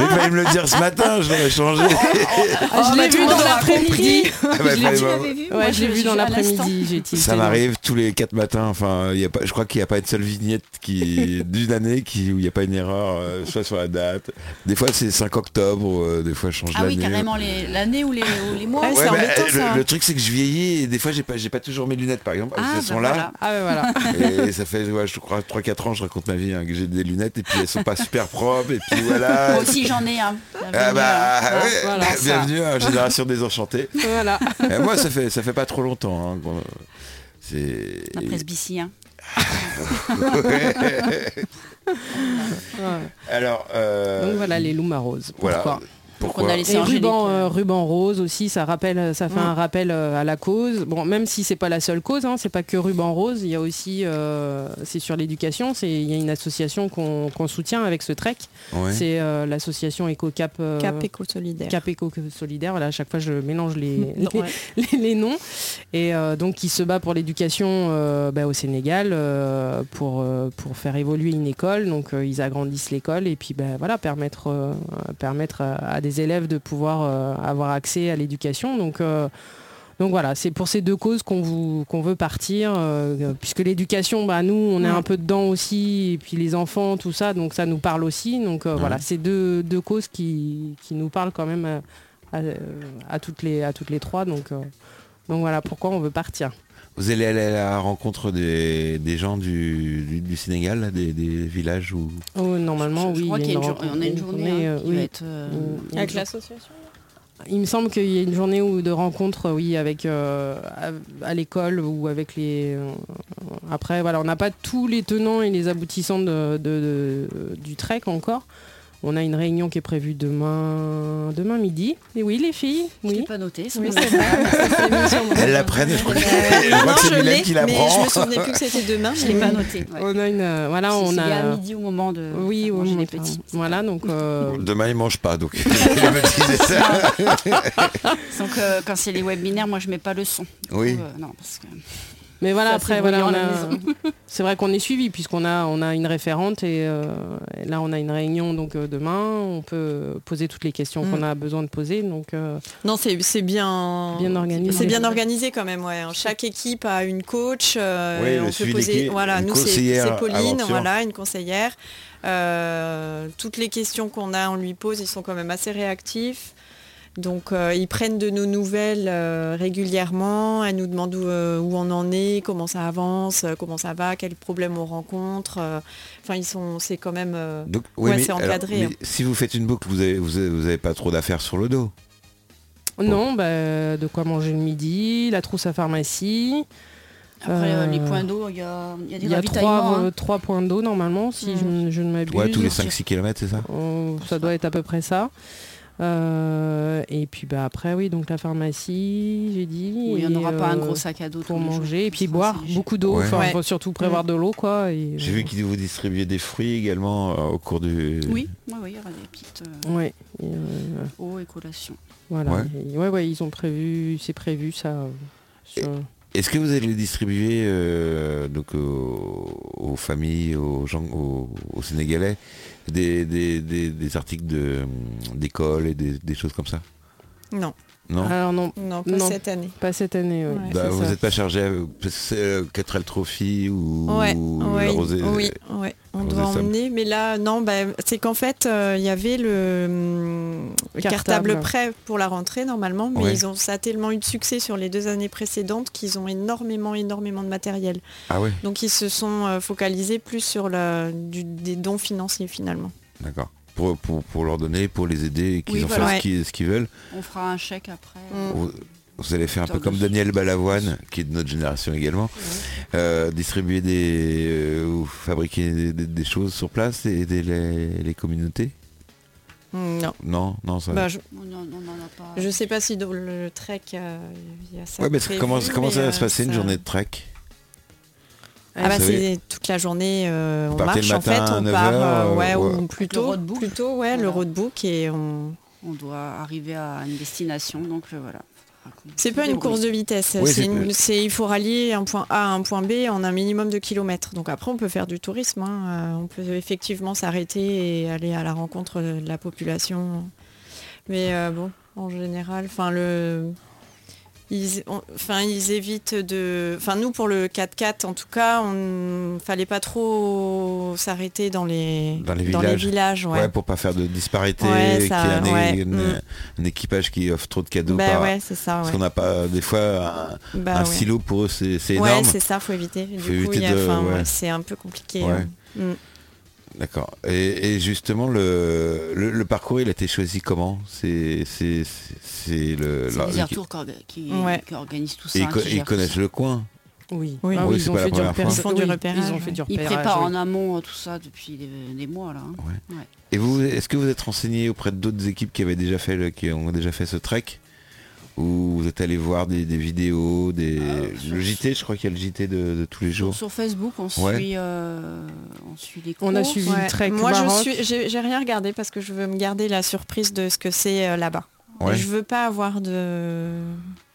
B: Il fallait me le dire ce matin, je l'aurais changé.
E: Ah,
F: Oh, bah,
E: je l'ai vu dans l'après-midi.
B: Ah bah,
F: Tu
B: fallait
F: l'avais
B: m'avoir-
F: vu Moi,
E: Ouais, je l'ai vu
F: suis
E: dans
F: à
E: l'après-midi.
F: l'instant.
E: j'ai tilté,
B: ça
E: donc.
B: m'arrive tous les quatre matins. Enfin, il y a pas, je crois qu'il n'y a pas une seule vignette qui d'une année qui, où il n'y a pas une erreur, euh, soit sur la date. Des fois, c'est 5 octobre, euh, des fois, je change
F: Ah oui,
B: l'année.
F: carrément les- l'année ou les, ou les mois.
G: Ah,
B: Ouais,
G: c'est
B: bah,
G: embêtant,
B: euh,
G: ça.
B: le, le truc, c'est que je vieillis et des fois, j'ai pas, j'ai pas toujours mes lunettes, par exemple.
F: Ah,
B: elles sont
F: bah,
B: là.
E: Ah ouais, voilà.
B: Et ça fait, ouais, je crois, 3-4 ans, je raconte ma vie, hein, que j'ai des lunettes et puis elles sont pas super propres. Et puis voilà.
F: Moi aussi j'en ai un.
B: Ah bah, ouais.
E: voilà, ça.
B: bienvenue à Génération Désenchantée.
E: voilà.
B: Et moi, ça fait, ça fait pas trop longtemps. hein, qu'on- c'est...
F: La presbytie. hein.
E: Ouais.
B: Alors, euh,
E: Donc voilà, les loups roses.
B: voilà.
E: Pourquoi
B: pourquoi
F: on a les- C'est
E: Et
F: Angélique,
E: ruban,
F: euh,
E: euh, ruban rose aussi, ça rappelle, ça fait un rappel euh, à la cause. Bon, même si c'est pas la seule cause, hein, c'est pas que ruban rose. Il y a aussi, euh, c'est sur l'éducation. C'est il y a une association qu'on qu'on soutient avec ce trek.
B: Ouais.
E: C'est euh, l'association Eco Cap. euh,
G: Cap éco-solidaire.
E: Cap Eco Solidaire, voilà, à chaque fois je mélange les,
G: Non,
E: les,
G: ouais.
E: les- les noms. Et euh, donc qui se bat pour l'éducation euh, bah, au Sénégal, euh, pour, euh, pour faire évoluer une école. Donc euh, ils agrandissent l'école et puis bah, voilà, permettre, euh, permettre à, à des élèves de pouvoir euh, avoir accès à l'éducation. Donc, euh, donc voilà, c'est pour ces deux causes qu'on vous- qu'on veut partir, euh, puisque l'éducation, bah, nous, on est
G: Ouais.
E: un peu dedans aussi, et puis les enfants, tout ça, donc ça nous parle aussi. Donc euh, voilà, c'est deux, deux causes qui, qui nous parlent quand même euh, à, euh, à toutes, les, à toutes les trois. Donc, euh, donc voilà pourquoi on veut partir.
B: Vous allez aller à la rencontre des, des gens du, du, du Sénégal, là, des, des villages où...
E: Oh, normalement,
F: Je
E: oui.
F: crois
E: il y a
F: qu'il y a une jour-
E: rencontre-
F: on a une journée
E: journée,
F: hein,
E: euh,
F: qui
E: oui.
F: va être. euh,
E: Une- une
G: Avec
E: journée.
G: l'association
E: Il me semble qu'il y a une journée ou de rencontre, oui, avec euh, à, à l'école ou avec les. euh, Après, voilà, on n'a pas tous les tenants et les aboutissants de, de- de- du trek encore. On a une réunion qui est prévue demain, demain midi. Et oui, les filles,
F: Je l'ai
E: oui.
F: pas noté. ça
G: Oui,
F: me-
G: c'est vrai.
B: Elles l'apprennent, je crois. que- je
G: Euh, Non,
B: crois que
G: je
B: c'est Mylène
G: l'ai,
B: qui
G: mais je
B: l'apprend.
G: me souvenais plus que c'était demain.
F: Je l'ai pas noté. ouais.
E: On a une. euh, voilà,
F: C'est-
E: on
F: c'est à
E: a.
F: midi euh, au moment de
E: Oui,
F: de
E: oui,
F: manger
E: enfin,
F: les petits.
E: Voilà, donc. euh,
B: Demain, ils mangent pas, donc... ils me disaient ça.
F: Donc euh, quand c'est les webinaires, moi je mets pas le son.
B: Oui.
F: Euh, non, parce que
E: Mais voilà,
F: Ça,
E: après,
F: c'est
E: voilà,
F: brillant,
E: on
F: la
E: a- c'est vrai qu'on est suivi puisqu'on a, on a une référente et euh, et là on a une réunion donc euh, demain, on peut poser toutes les questions
G: Mm.
E: qu'on a besoin de poser. Donc euh,
G: Non, c'est c'est bien,
E: Bien organisé.
G: C'est bien organisé quand même. Ouais. hein. Chaque équipe a une coach. euh,
B: Oui, le
G: on peut
B: suivi
G: poser.
B: d'équipe,
G: Voilà,
B: une
G: nous c'est
B: conseillère
G: c'est Pauline,
B: aventure.
G: voilà, une conseillère. Euh, toutes les questions qu'on a, on lui pose. Ils sont quand même assez réactifs. Donc euh, ils prennent de nos nouvelles euh, régulièrement. Elles nous demandent où, euh, où on en est, comment ça avance, euh, comment ça va, quels problèmes on rencontre. euh. Enfin, ils sont, c'est quand même. euh,
B: Donc,
G: Ouais,
B: mais
G: c'est encadré,
B: mais
G: hein.
B: si vous faites une boucle, vous n'avez vous avez, vous avez pas trop d'affaires sur le dos.
E: non, bah, de quoi manger le midi, la trousse à pharmacie.
F: Après,
E: Euh,
F: euh, les points d'eau, il y a, il y a des
E: Il y a
F: ravitaillements.
E: trois,
F: hein.
E: euh, trois points d'eau normalement, si
F: Mm.
E: je, ne- je ne m'abuse.
B: Ouais, tous les
F: sûr.
B: 5-6 km, c'est ça
E: Euh, ça doit être à peu près ça. Euh, et puis bah après oui donc la pharmacie j'ai dit
F: Où il n'y
E: et,
F: en aura pas un
E: euh,
F: gros sac à dos
E: pour
F: tous les jours.
E: manger et puis
F: Ça,
E: boire
F: c'est léger.
E: beaucoup d'eau
B: Ouais.
E: enfin
G: Ouais.
E: faut surtout prévoir de l'eau quoi et,
B: J'ai vu qu'ils vous distribuaient des fruits également euh, au cours du...
F: Oui, oui, oui, il y aura des petites euh,
E: ouais et, euh,
F: eaux et collations.
E: voilà
B: Ouais.
E: Et ouais ouais ils ont prévu c'est prévu ça euh, sur-
B: Est-ce que vous allez les distribuer euh, donc aux, aux familles, aux gens, aux, aux Sénégalais, des, des- des- des articles de, hum, d'école et des, des choses comme ça
G: Non,
B: Non
E: alors non
G: non, pas
E: Non.
G: cette année.
E: pas cette année ouais,
G: Ouais.
E: Ah, c'est
B: Bah, Vous
E: ça.
B: n'êtes pas chargé à- parce que c'est euh, Quatrelle Trophy ou,
G: Ouais,
B: ou
G: ouais,
B: la Rosée euh,
G: oui, ouais, on
B: Rosée
G: doit
B: Somme.
G: emmener, mais là, non, bah, c'est qu'en fait, euh, il y avait le hum, le
E: Cartable.
G: cartable, prêt pour la rentrée normalement, mais
B: Ouais.
G: ils ont, ça a tellement eu de succès sur les deux années précédentes qu'ils ont énormément, énormément de matériel.
B: Ah ouais,
G: Donc ils se sont euh, focalisés plus sur la- du- des dons financiers finalement.
B: d'accord. Pour, pour, pour leur donner, pour les aider et qu'ils
F: Oui,
B: en
F: voilà.
B: fassent
G: Ouais.
B: ce qu'ils- ce qu'ils veulent.
F: On fera un chèque après.
G: Mm.
B: Vous, vous allez faire un peu
F: Putain,
B: comme
F: de-
B: Daniel Balavoine, qui est de notre génération également, euh, distribuer des euh, ou fabriquer des, des- des choses sur place et aider les, les communautés.
G: Hum, Non.
B: Non, non, ça.
G: Bah, je,
F: On n'en on n'en a pas.
G: je sais pas si dans le trek euh, il y a ça.
B: ouais, parce que
G: prévu,
B: comment, comment
G: mais,
B: ça va
G: euh,
B: se passer une
G: ça-
B: journée de trek
G: Ah bah
B: Vous savez.
G: c'est toute la journée, euh, on
B: partez
G: marche
B: le
G: en
B: matin
G: fait,
B: à
G: on
B: 9
G: part
B: heures,
G: euh, ouais,
B: euh,
G: ou plutôt,
F: roadbook.
G: plutôt ouais, le
F: Voilà.
G: roadbook et on.
F: On doit arriver à une destination, donc euh, voilà.
G: C'est pas une course de vitesse,
B: Oui,
G: c'est
B: c'est-
G: une- c'est il faut rallier un point A à un point B en un minimum de kilomètres. Donc après on peut faire du tourisme, hein, euh, on peut effectivement s'arrêter et aller à la rencontre de la population. Mais euh, bon, en général, enfin le. Ils, on- enfin, ils évitent de... Enfin, nous, pour le 4x4, en tout cas, on fallait pas trop s'arrêter dans les,
B: Dans les villages.
G: villages, ouais.
B: ouais. pour pas faire de disparité,
G: Ouais,
B: qu'il y ait
G: ça-
B: un,
G: ouais,
B: une-
G: mm.
B: un équipage qui offre trop de cadeaux.
G: Bah
B: par-
G: ouais, c'est ça,
B: Parce
G: ouais.
B: qu'on n'a pas des fois un,
G: Bah
B: un
G: ouais.
B: silo pour eux, c'est c'est
G: Ouais,
B: énorme.
G: c'est ça, faut éviter. Du
B: Faut
G: coup,
B: éviter
G: il y a-
B: de-
G: enfin,
B: ouais.
G: ouais, c'est un peu compliqué.
B: Ouais.
G: hein. Mm.
B: D'accord. Et, et justement, le, le, le parcours, il a été choisi comment C'est c'est- c'est- c'est le.
F: C'est
B: la-
F: les
B: le-
F: retours qui,
G: Ouais.
F: qui organisent tout ça. hein,
B: Et ils,
F: qui
B: co-
F: gèrent
B: ils
F: tout
B: connaissent
F: ça.
B: le coin.
E: oui,
G: Oui.
E: Ah
B: Oui,
E: oui,
B: c'est
E: ils ont
B: pas la
E: fait du
B: première fois.
E: repérage
G: Ils font du
E: oui,
G: repérage,
E: ils ont fait du
F: Ils
E: repérage,
F: préparent
E: oui.
G: hein.
F: en amont euh, tout ça depuis des, des mois là. hein.
B: Et vous, est-ce que vous êtes renseigné auprès d'autres équipes qui avaient déjà fait le- qui ont déjà fait ce trek Ou vous êtes allé voir des, des vidéos, des.
F: Euh, sur-
B: le JT, je crois qu'il y a le JT de, de tous les
F: Sur,
B: jours.
F: sur Facebook, on
B: Ouais.
F: suit, euh, on suit les cours.
E: On a suivi
G: Ouais.
E: le trek
G: Moi, je
E: Maroc.
G: suis, j'ai- j'ai rien regardé parce que je veux me garder la surprise de ce que c'est euh, là-bas.
B: Ouais.
G: Je veux pas avoir de.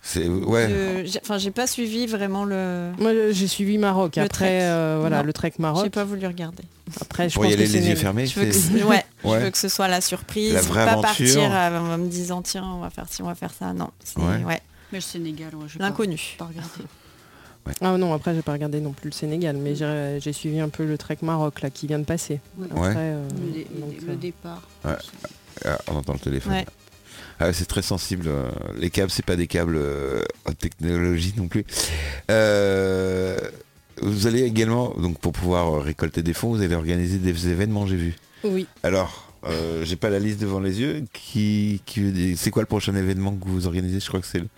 B: C'est ouais.
G: de- j'ai- Enfin, j'ai pas suivi vraiment le.
E: Moi j'ai suivi Maroc.
G: Le
E: Après
G: trek.
E: euh, voilà
G: Non.
E: le trek
G: J'ai
E: Maroc.
G: pas voulu regarder.
E: Après je
B: Pour y
E: pense que
B: aller
E: c'est
B: les yeux
E: une-
B: fermés.
G: Je veux, que
B: c'est-
G: ce- ouais,
B: Ouais.
G: je veux que ce soit la surprise.
B: La vraie
G: pas
B: aventure.
G: partir à- en me disant tiens, on va faire ci, on va faire ça. Non, c'est
B: Ouais.
G: ouais,
F: Mais le Sénégal, ouais, je vais pas,
G: l'inconnu.
F: pas regarder.
E: Ah non après j'ai pas regardé non plus le Sénégal mais j'ai j'ai suivi un peu le trek Maroc là qui vient de passer.
F: Ouais.
E: Après,
B: Ouais.
E: euh,
F: Le, dé- le
E: donc,
F: dé-
E: euh,
F: le départ.
B: Ouais. Ah, on entend le téléphone.
G: Ouais.
B: Ah, c'est très sensible. euh, Les câbles, c'est pas des câbles euh, haute technologie non plus. Euh, vous allez également, donc pour pouvoir récolter des fonds, vous allez organiser des événements, j'ai vu.
E: Oui.
B: Alors, euh, j'ai pas la liste devant les yeux. Qui, qui, c'est quoi le prochain événement que vous organisez Je crois que c'est le-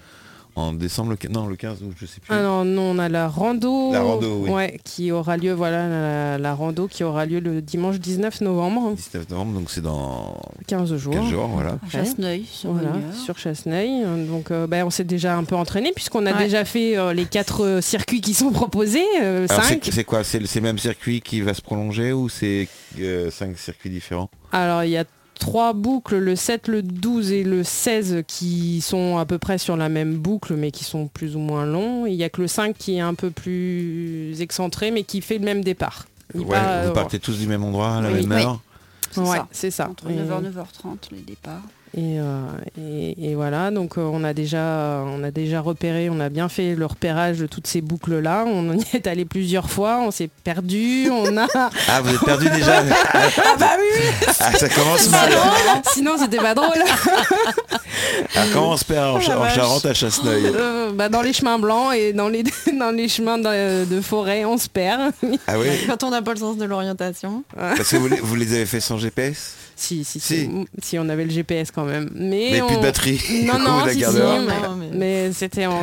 B: en décembre, le, quin- non, le 15 ou je sais plus.
E: Ah non, non, on a la rando,
B: La rando, oui.
E: ouais, qui aura lieu, voilà, la, la rando qui aura lieu le dimanche 19 novembre,
B: 19 novembre, donc c'est dans
E: 15 jours.
B: 15 jours, voilà.
F: À
E: Ouais.
F: Ah, Chasseneuil, sur
E: Voilà,
F: Bonne Heure.
E: sur Chasseneuil. Donc euh, ben, on s'est déjà un peu entraîné puisqu'on a
G: Ouais.
E: déjà fait euh, les quatre euh, circuits qui sont proposés, euh,
B: Alors,
E: cinq.
B: c'est, c'est quoi C'est le c'est le même circuit qui va se prolonger ou c'est euh, cinq circuits différents
E: Alors il y a trois boucles, le 7, le 12 et le 16, qui sont à peu près sur la même boucle, mais qui sont plus ou moins longs. Il n'y a que le 5 qui est un peu plus excentré, mais qui fait le même départ. Il
B: Ouais,
E: part, euh,
B: vous partez tous du même endroit, à la
F: Oui.
B: même
F: Oui.
B: heure.
F: c'est
E: ouais,
F: ça.
E: c'est ça.
F: Entre
E: Et-
F: 9h, 9h30, les départs.
E: et, euh, et- et voilà, donc euh, on a déjà, euh, on a déjà repéré, on a bien fait le repérage de toutes ces boucles-là. On y est allé plusieurs fois, on s'est perdu, on a.
B: Ah, vous êtes perdu déjà
E: ah bah oui,
B: Ah, ça commence mal.
E: Sinon c'était pas drôle.
B: Ah, comment on se perd en, Cha-
E: la
B: en
E: vache.
B: Charente à Chasseneuil
E: Euh, bah, dans les chemins blancs et dans les, dans les chemins de, de forêt, on se perd.
B: Ah oui
G: Quand on n'a pas le sens de l'orientation.
B: Parce que vous les, vous les avez fait sans GPS
E: si, si, si,
B: Si.
E: Mm, si, on avait le GPS quand même. Mais,
B: Mais
E: on-
B: plus de batterie. Du
E: Non,
B: coup,
E: non,
B: la
E: si,
B: garde
E: si,
B: heure.
E: mais,
G: Non, mais-
E: mais c'était en-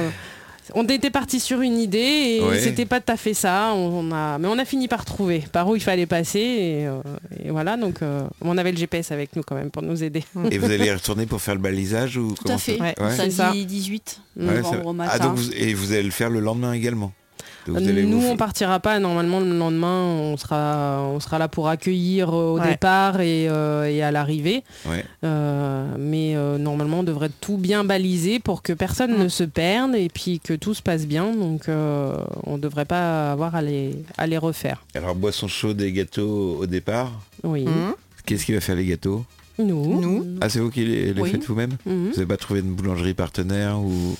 E: On était parti sur une idée et
B: Ouais.
E: c'était pas tout à fait ça. On, on a, mais on a fini par trouver par où il fallait passer et, euh, et voilà. Donc euh, on avait le GPS avec nous quand même pour nous aider.
B: Et vous allez y retourner pour faire le balisage ou
F: Tout à fait.
E: Ouais,
B: Ouais.
E: c'est
F: Samedi
E: ça.
F: 18
E: Mm.
B: Ouais,
F: novembre
B: ça-
F: au matin.
B: Ah, donc vous- et vous allez le faire le lendemain également Donc vous allez
E: Euh, Nous,
B: vous-
E: on partira pas. Normalement, le lendemain, on sera, on sera là pour accueillir euh, au
G: Ouais.
E: départ et, euh, et à l'arrivée.
B: Ouais.
E: Euh, mais euh, normalement, on devrait tout bien baliser pour que personne ne se perde et puis que tout se passe bien. Donc, euh, on devrait pas avoir à les, à les refaire.
B: Alors, boisson chaude et gâteaux au départ.
E: Oui.
G: Mhm.
B: Qu'est-ce qui va faire les gâteaux
E: Nous.
G: Nous.
B: Ah, c'est vous qui les, les
F: Oui.
B: faites vous-même
E: Mhm.
B: Vous n'avez pas trouvé une boulangerie partenaire ou...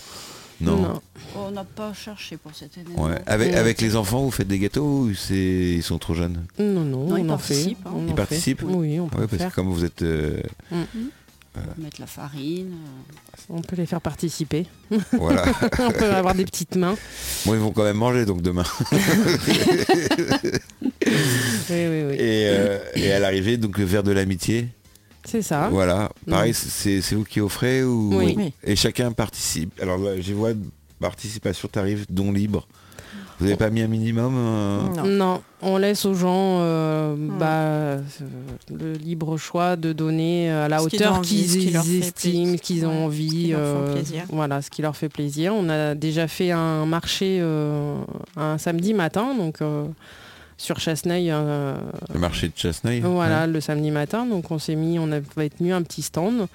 B: Non.
E: Non. Mmh.
F: On n'a pas cherché pour cet événement.
B: Ouais. Avec,
E: Ouais.
B: avec les enfants, vous faites des gâteaux ou c'est- ils sont trop jeunes
E: Non, non,
F: Non, ils
E: on en fait.
F: participent, hein.
E: on
B: Ils
E: en fait.
B: participent Ah
E: Oui, on peut,
B: Ouais,
E: le
B: parce
E: faire.
B: que comme vous êtes... euh,
F: Mettre la farine. euh.
E: on peut les faire participer.
B: voilà.
E: on peut avoir des petites mains.
B: Bon, ils vont quand même manger donc demain.
E: Oui, oui, oui.
B: Et, euh, et à l'arrivée, donc le verre de l'amitié.
E: C'est ça.
B: Voilà. Pareil,
E: Mm.
B: c'est c'est vous qui offrez ou
E: Oui.
G: Oui.
B: et chacun participe. Alors là, j'y vois participation tarif don libre. Vous n'avez pas mis un minimum euh,
G: Non. Hum.
E: Non. on laisse aux gens euh, bah, euh, le libre choix de donner euh, à la
G: Ce qu'ils ont
E: hauteur
G: envie, ce qui
E: qu'ils
G: leur fait
E: estiment,
G: plaisir.
E: qu'ils ont
G: Ouais, ce
E: envie,
G: qui leur font
E: euh,
G: plaisir.
E: voilà, ce qui leur fait plaisir. On a déjà fait un marché euh, un samedi matin, donc euh, sur Chasseneuil, euh,
B: Le marché de Chasseneuil.
E: voilà,
B: ouais.
E: le samedi matin. Donc on s'est mis, on avait tenu un petit stand.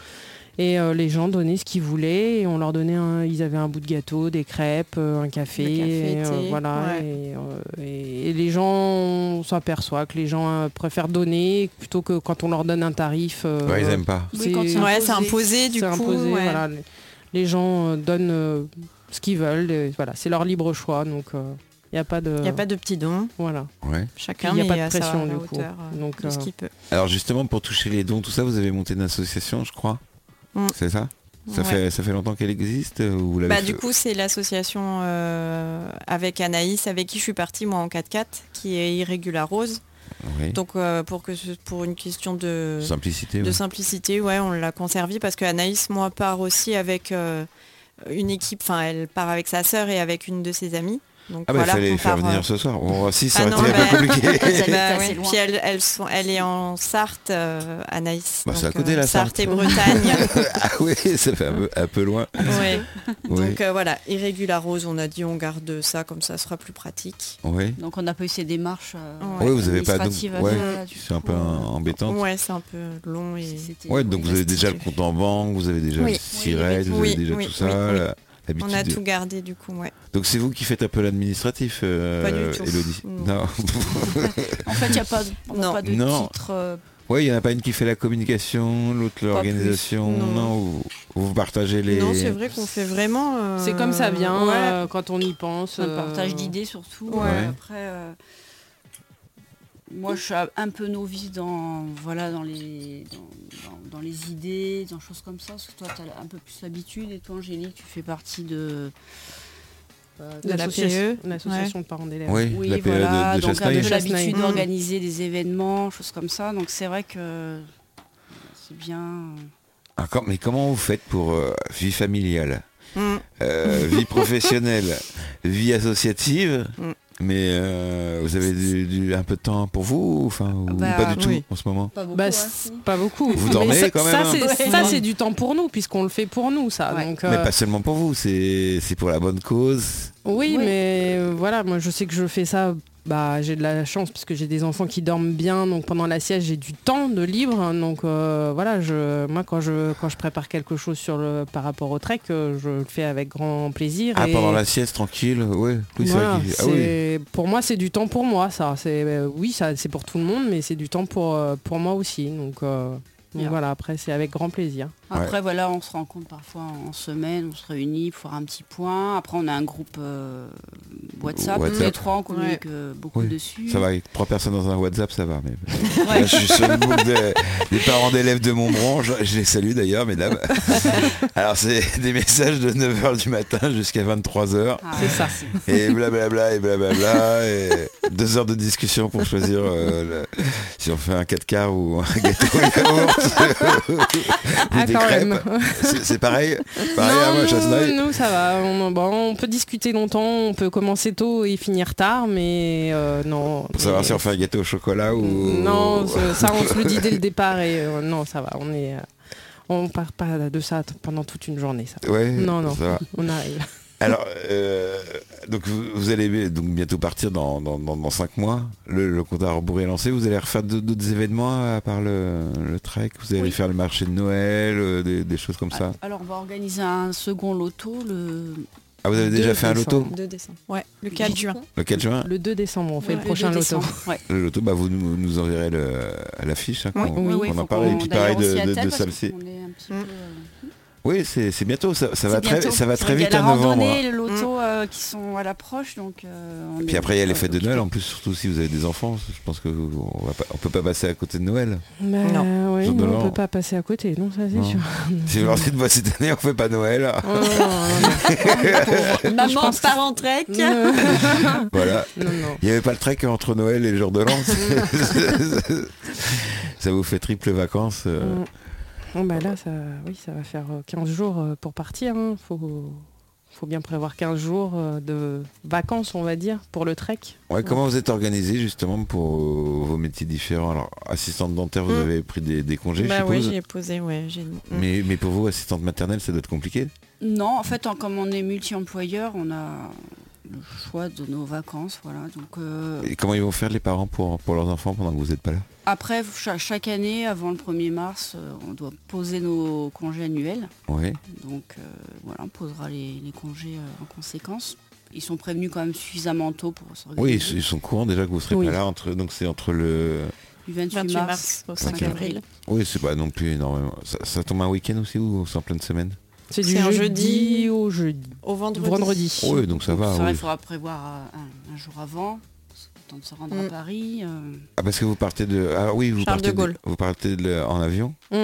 E: Et euh, les gens donnaient ce qu'ils voulaient et on leur donnait un- ils avaient un bout de gâteau, des crêpes, euh, un café,
G: Le café,
E: et,
G: thé,
E: voilà.
G: ouais.
E: Et, euh, et- et les gens, on s'aperçoit que les gens euh, préfèrent donner plutôt que quand on leur donne un tarif. euh,
B: Ouais, ils aiment pas.
F: Oui, quand c'est
G: Ouais, c'est
F: imposé.
G: imposé du
E: c'est
G: coup.
E: imposé,
G: ouais.
E: voilà. Les- Les gens euh, donnent euh, ce qu'ils veulent, et voilà, c'est leur libre choix, donc il n'y a pas de
G: Il n'y a pas de petits dons,
E: voilà.
B: Ouais.
G: chacun.
E: Il n'y a
G: mais
E: pas de
G: à sa-
E: pression,
G: à la
E: du coup.
G: hauteur, euh,
E: Donc,
G: de ce
E: euh,
G: qu'il peut.
B: Alors justement pour toucher les dons, tout ça, vous avez monté une association, je crois.
G: Mm.
B: C'est ça ça,
G: Ouais.
B: fait, ça fait longtemps qu'elle existe euh, ou vous l'avez
G: Bah,
B: fait-
G: du coup, c'est l'association euh, avec Anaïs, avec qui je suis partie moi en 4x4, qui est Irregular Rose.
B: Oui.
G: Donc euh, pour, que ce- pour une question de,
B: Simplicité.
G: euh, de
B: ouais.
G: simplicité, ouais, on l'a conservée parce que Anaïs, moi, part aussi avec euh, une équipe, enfin elle part avec sa sœur et avec une de ses amies. Donc
B: Ah bah
G: voilà,
B: il fallait
G: on
B: les faire
G: part, euh,
B: venir Ah, ce soir. Bon, si ça
G: Ah
B: aurait
G: non,
B: été un peu
G: bah-
B: compliqué.
F: Elles habitent
G: Bah
F: assez
G: ouais.
F: loin.
G: Puis elle, elles sont, elle est en Sarthe, euh, Anaïs.
B: Bah, c'est
G: Donc, euh,
B: à côté, la
G: Sarthe et
B: Sarthe.
G: Bretagne.
B: ah oui, ça fait un peu, un peu loin.
G: Ouais.
B: Oui.
G: Donc euh, voilà, Irregular Rose, on a dit on garde ça, comme ça sera plus pratique.
B: Oui.
F: Donc on n'a pas eu ces démarches euh,
G: Ouais.
B: Oui, vous avez pas donc
F: administratives à
B: ouais,
F: faire, là, du
B: c'est un
F: coup,
B: peu
F: euh,
B: embêtant.
G: Ouais, c'est un peu long et...
F: c'était-
B: Ouais, donc vous avez déjà le
G: restituer.
B: compte en banque, vous avez déjà
G: Oui.
B: le siret, vous
G: Oui,
B: avez déjà
G: oui,
B: tout ça,
G: oui, oui.
B: la- l'habitude.
G: On a
B: de-
G: tout gardé du coup, ouais.
B: Donc c'est vous qui faites un peu l'administratif, euh,
G: Pas du tout.
B: Élodie.
G: Non.
F: En fait, il n'y a pas de, on n'a
G: Non.
F: pas de
B: Non.
F: titre. euh,
B: ouais, il n'y en a pas une qui fait la communication, l'autre l'organisation.
G: plus,
B: Non,
G: non.
B: vous, vous partagez les.
G: Non, c'est vrai qu'on fait vraiment... euh,
E: C'est comme ça vient
G: ouais.
E: euh, quand on y pense.
F: un
E: euh,
F: partage d'idées surtout.
G: Ouais.
F: Euh, Après, euh, moi, je suis un peu novice dans, voilà, dans, les, dans, dans- dans les idées, dans choses comme ça. Parce que toi, tu as un peu plus l'habitude. Et toi, Angélique, tu fais partie de...
G: De la
E: l'association-
G: PE.
E: l'association de parents d'élèves.
B: Oui,
F: Oui,
B: la PE de-
F: voilà,
B: de,
F: donc un
B: Chasseneuil.
F: peu l'habitude
E: Chasseneuil.
F: d'organiser des événements, choses comme ça. Donc c'est vrai que c'est bien.
B: Ah, quand- mais comment vous faites pour euh, vie familiale,
G: Mm.
B: euh, vie professionnelle, vie associative
G: Mm.
B: mais euh, vous avez du, du- un peu de temps pour vous ou, enfin, ou
F: Bah,
B: pas du tout
G: oui.
B: en ce moment
F: Pas beaucoup.
E: Bah, c'est pas beaucoup.
B: Vous
E: Mais
B: dormez
E: ça-
B: quand même,
E: ça,
B: hein.
E: c'est-
F: Ouais.
E: Ça, c'est du temps pour nous, puisqu'on le fait pour nous, ça.
F: Ouais.
E: Donc,
B: Mais
E: euh,
B: pas seulement pour vous, c'est c'est pour la bonne cause.
E: Oui,
F: Oui.
E: mais euh, voilà, moi je sais que je fais ça bah, j'ai de la chance parce que j'ai des enfants qui dorment bien. Donc pendant la sieste, j'ai du temps de libre. hein, Donc euh, voilà, je, moi quand je, quand je prépare quelque chose sur le, par rapport au trek, euh, je le fais avec grand plaisir.
B: Ah,
E: et-
B: pendant la sieste, tranquille, ouais. Oui, c'est
E: voilà,
B: vrai qu'il- ah oui.
E: c'est- Pour moi, c'est du temps pour moi, ça. C'est euh, oui, ça, c'est pour tout le monde, mais c'est du temps pour euh, pour moi aussi. Donc, euh, donc
F: Bien.
E: voilà. Après, c'est avec grand plaisir.
F: Après, voilà, on se rencontre parfois en semaine, on se réunit pour faire un petit point. Après, on a un groupe euh, WhatsApp, tous les
B: WhatsApp.
F: trois, on communique euh, beaucoup
B: Oui,
F: dessus.
B: Ça va, avec trois personnes dans un WhatsApp, ça va. Mais...
F: Ouais.
B: Là, je suis sur le groupe de- des parents d'élèves de Montbron. Je, je les salue d'ailleurs, mesdames. Alors, c'est des messages de 9h du matin jusqu'à 23h.
F: Ah,
E: C'est ça.
B: Et blablabla, et blablabla. Et deux heures de discussion pour choisir euh, le- si on fait un 4 quarts ou un gâteau au yaourt. ou des crêpes. C'est c'est pareil Pareil à moi,
E: Ah, non,
B: Chasseneuil
E: nous, nous, ça va. On, bon, on peut discuter longtemps, on peut commencer tôt et finir tard, mais euh, non.
B: Pour savoir
E: mais-
B: si on fait un gâteau au chocolat ou...
E: Non, ça, ça, on se le dit dès le départ et euh, non, ça va. On est, euh, on part pas de ça t- pendant toute une journée. Ça, va.
B: Ouais,
E: Non, non.
B: ça va.
E: on arrive.
B: Alors, euh, donc vous, vous allez donc bientôt partir dans, dans, dans, 5 mois. Le, le compte à rebours est lancé. Vous allez refaire d'autres- d'autres événements à part le, le trek. Vous allez
F: Oui. Ah,
B: faire le marché de Noël, euh, des, des choses comme ça.
F: Alors, on va organiser un second loto le
B: Ah, vous avez déjà
E: Deux
B: fait un loto
E: décembre.
G: 2 décembre. Ouais, le 4 juin.
B: le 4 juin
E: Le 2 décembre, on fait
G: Ouais,
E: le
G: le
E: prochain
F: 2
E: loto.
F: décembre. Ouais.
B: Le loto, bah, vous nous, nous enverrez le- l'affiche. Hein,
G: Oui,
B: qu'on-
F: Oui,
E: Oui,
F: oui,
B: on en
F: faut
B: parlait, et
F: qu'on-
B: puis pareil
F: d'ailleurs, on
B: de-
F: s'y
B: de- de
F: attelle parce
B: samedi.
F: qu'on est un petit
G: Mm.
F: peu, euh,
B: Oui, c'est c'est bientôt. Ça, ça va
F: c'est
B: très,
F: bientôt.
B: ça va
F: C'est
B: très
F: vrai
B: vite
F: qu'il y
B: en
F: a la
B: novembre. Mmh.
F: randonnée, le loto euh, qui sont à l'approche, donc. euh, on
B: Puis
F: est-
B: après, il y a les fêtes de
F: occupé.
B: Noël. hein. En plus, surtout si vous avez des enfants, je pense qu'on ne peut pas passer à côté de Noël.
E: Bah, oui,
B: Jour de
E: mais on
B: l'an.
E: peut pas passer à côté, non, ça c'est
B: Non.
E: sûr.
B: Si vous lancez de moi cette année, on fait pas Noël.
E: Oh, non, non, Ah,
G: Maman part en trek.
E: non.
B: Voilà.
E: Non, non.
B: Il n'y avait pas le trek entre Noël et le jour de l'an. ça vous fait triple vacances. euh.
E: Mm. Bon, bah là, ça, oui, ça va faire euh, 15 jours euh, pour partir. Il faut, faut bien prévoir 15 jours euh, de vacances, on va dire, pour le trek.
B: Ouais, comment vous êtes organisé justement pour euh, vos métiers différents Alors, assistante dentaire, vous
G: Mm.
B: avez pris des, des congés, je
G: Bah oui,
B: suppose.
G: j'ai posé, ouais. j'ai- mm,
B: mais, mais pour vous, assistante maternelle, ça doit être compliqué.
F: Non, en fait, en- comme on est multi-employeur, on a le choix de nos vacances, voilà. Donc euh,
B: Et comment ils vont faire les parents pour, pour leurs enfants pendant que vous n'êtes pas là
F: après, cha- chaque année, avant le 1er mars, euh, on doit poser nos congés annuels.
B: Oui.
F: Donc euh, voilà, on posera les, les congés euh, en conséquence. Ils sont prévenus quand même suffisamment tôt pour
B: Oui,
F: s'organiser.
B: ils, ils sont courants déjà que vous serez
E: Oui.
B: pas là. Entre, donc c'est entre le.
F: du 28,
G: 28
F: mars.
G: mars au
B: 5
G: 5 avril.
B: Oui, c'est pas non plus énormément. Ça, ça tombe un week-end aussi ou c'est en pleine semaine
E: C'est
G: du
E: du jeudi,
G: jeudi
E: au jeudi.
G: Au vendredi.
E: Vendredi.
B: Oui, donc ça va.
F: C'est vrai,
B: oui.
F: il faudra prévoir euh, un, un jour avant, le temps de se rendre à
G: Mm.
F: Paris. euh,
B: Ah, parce que vous partez de. Ah oui, vous
G: Charles
B: partez
G: de Gaulle.
B: vous partez de- en avion.
G: Mm.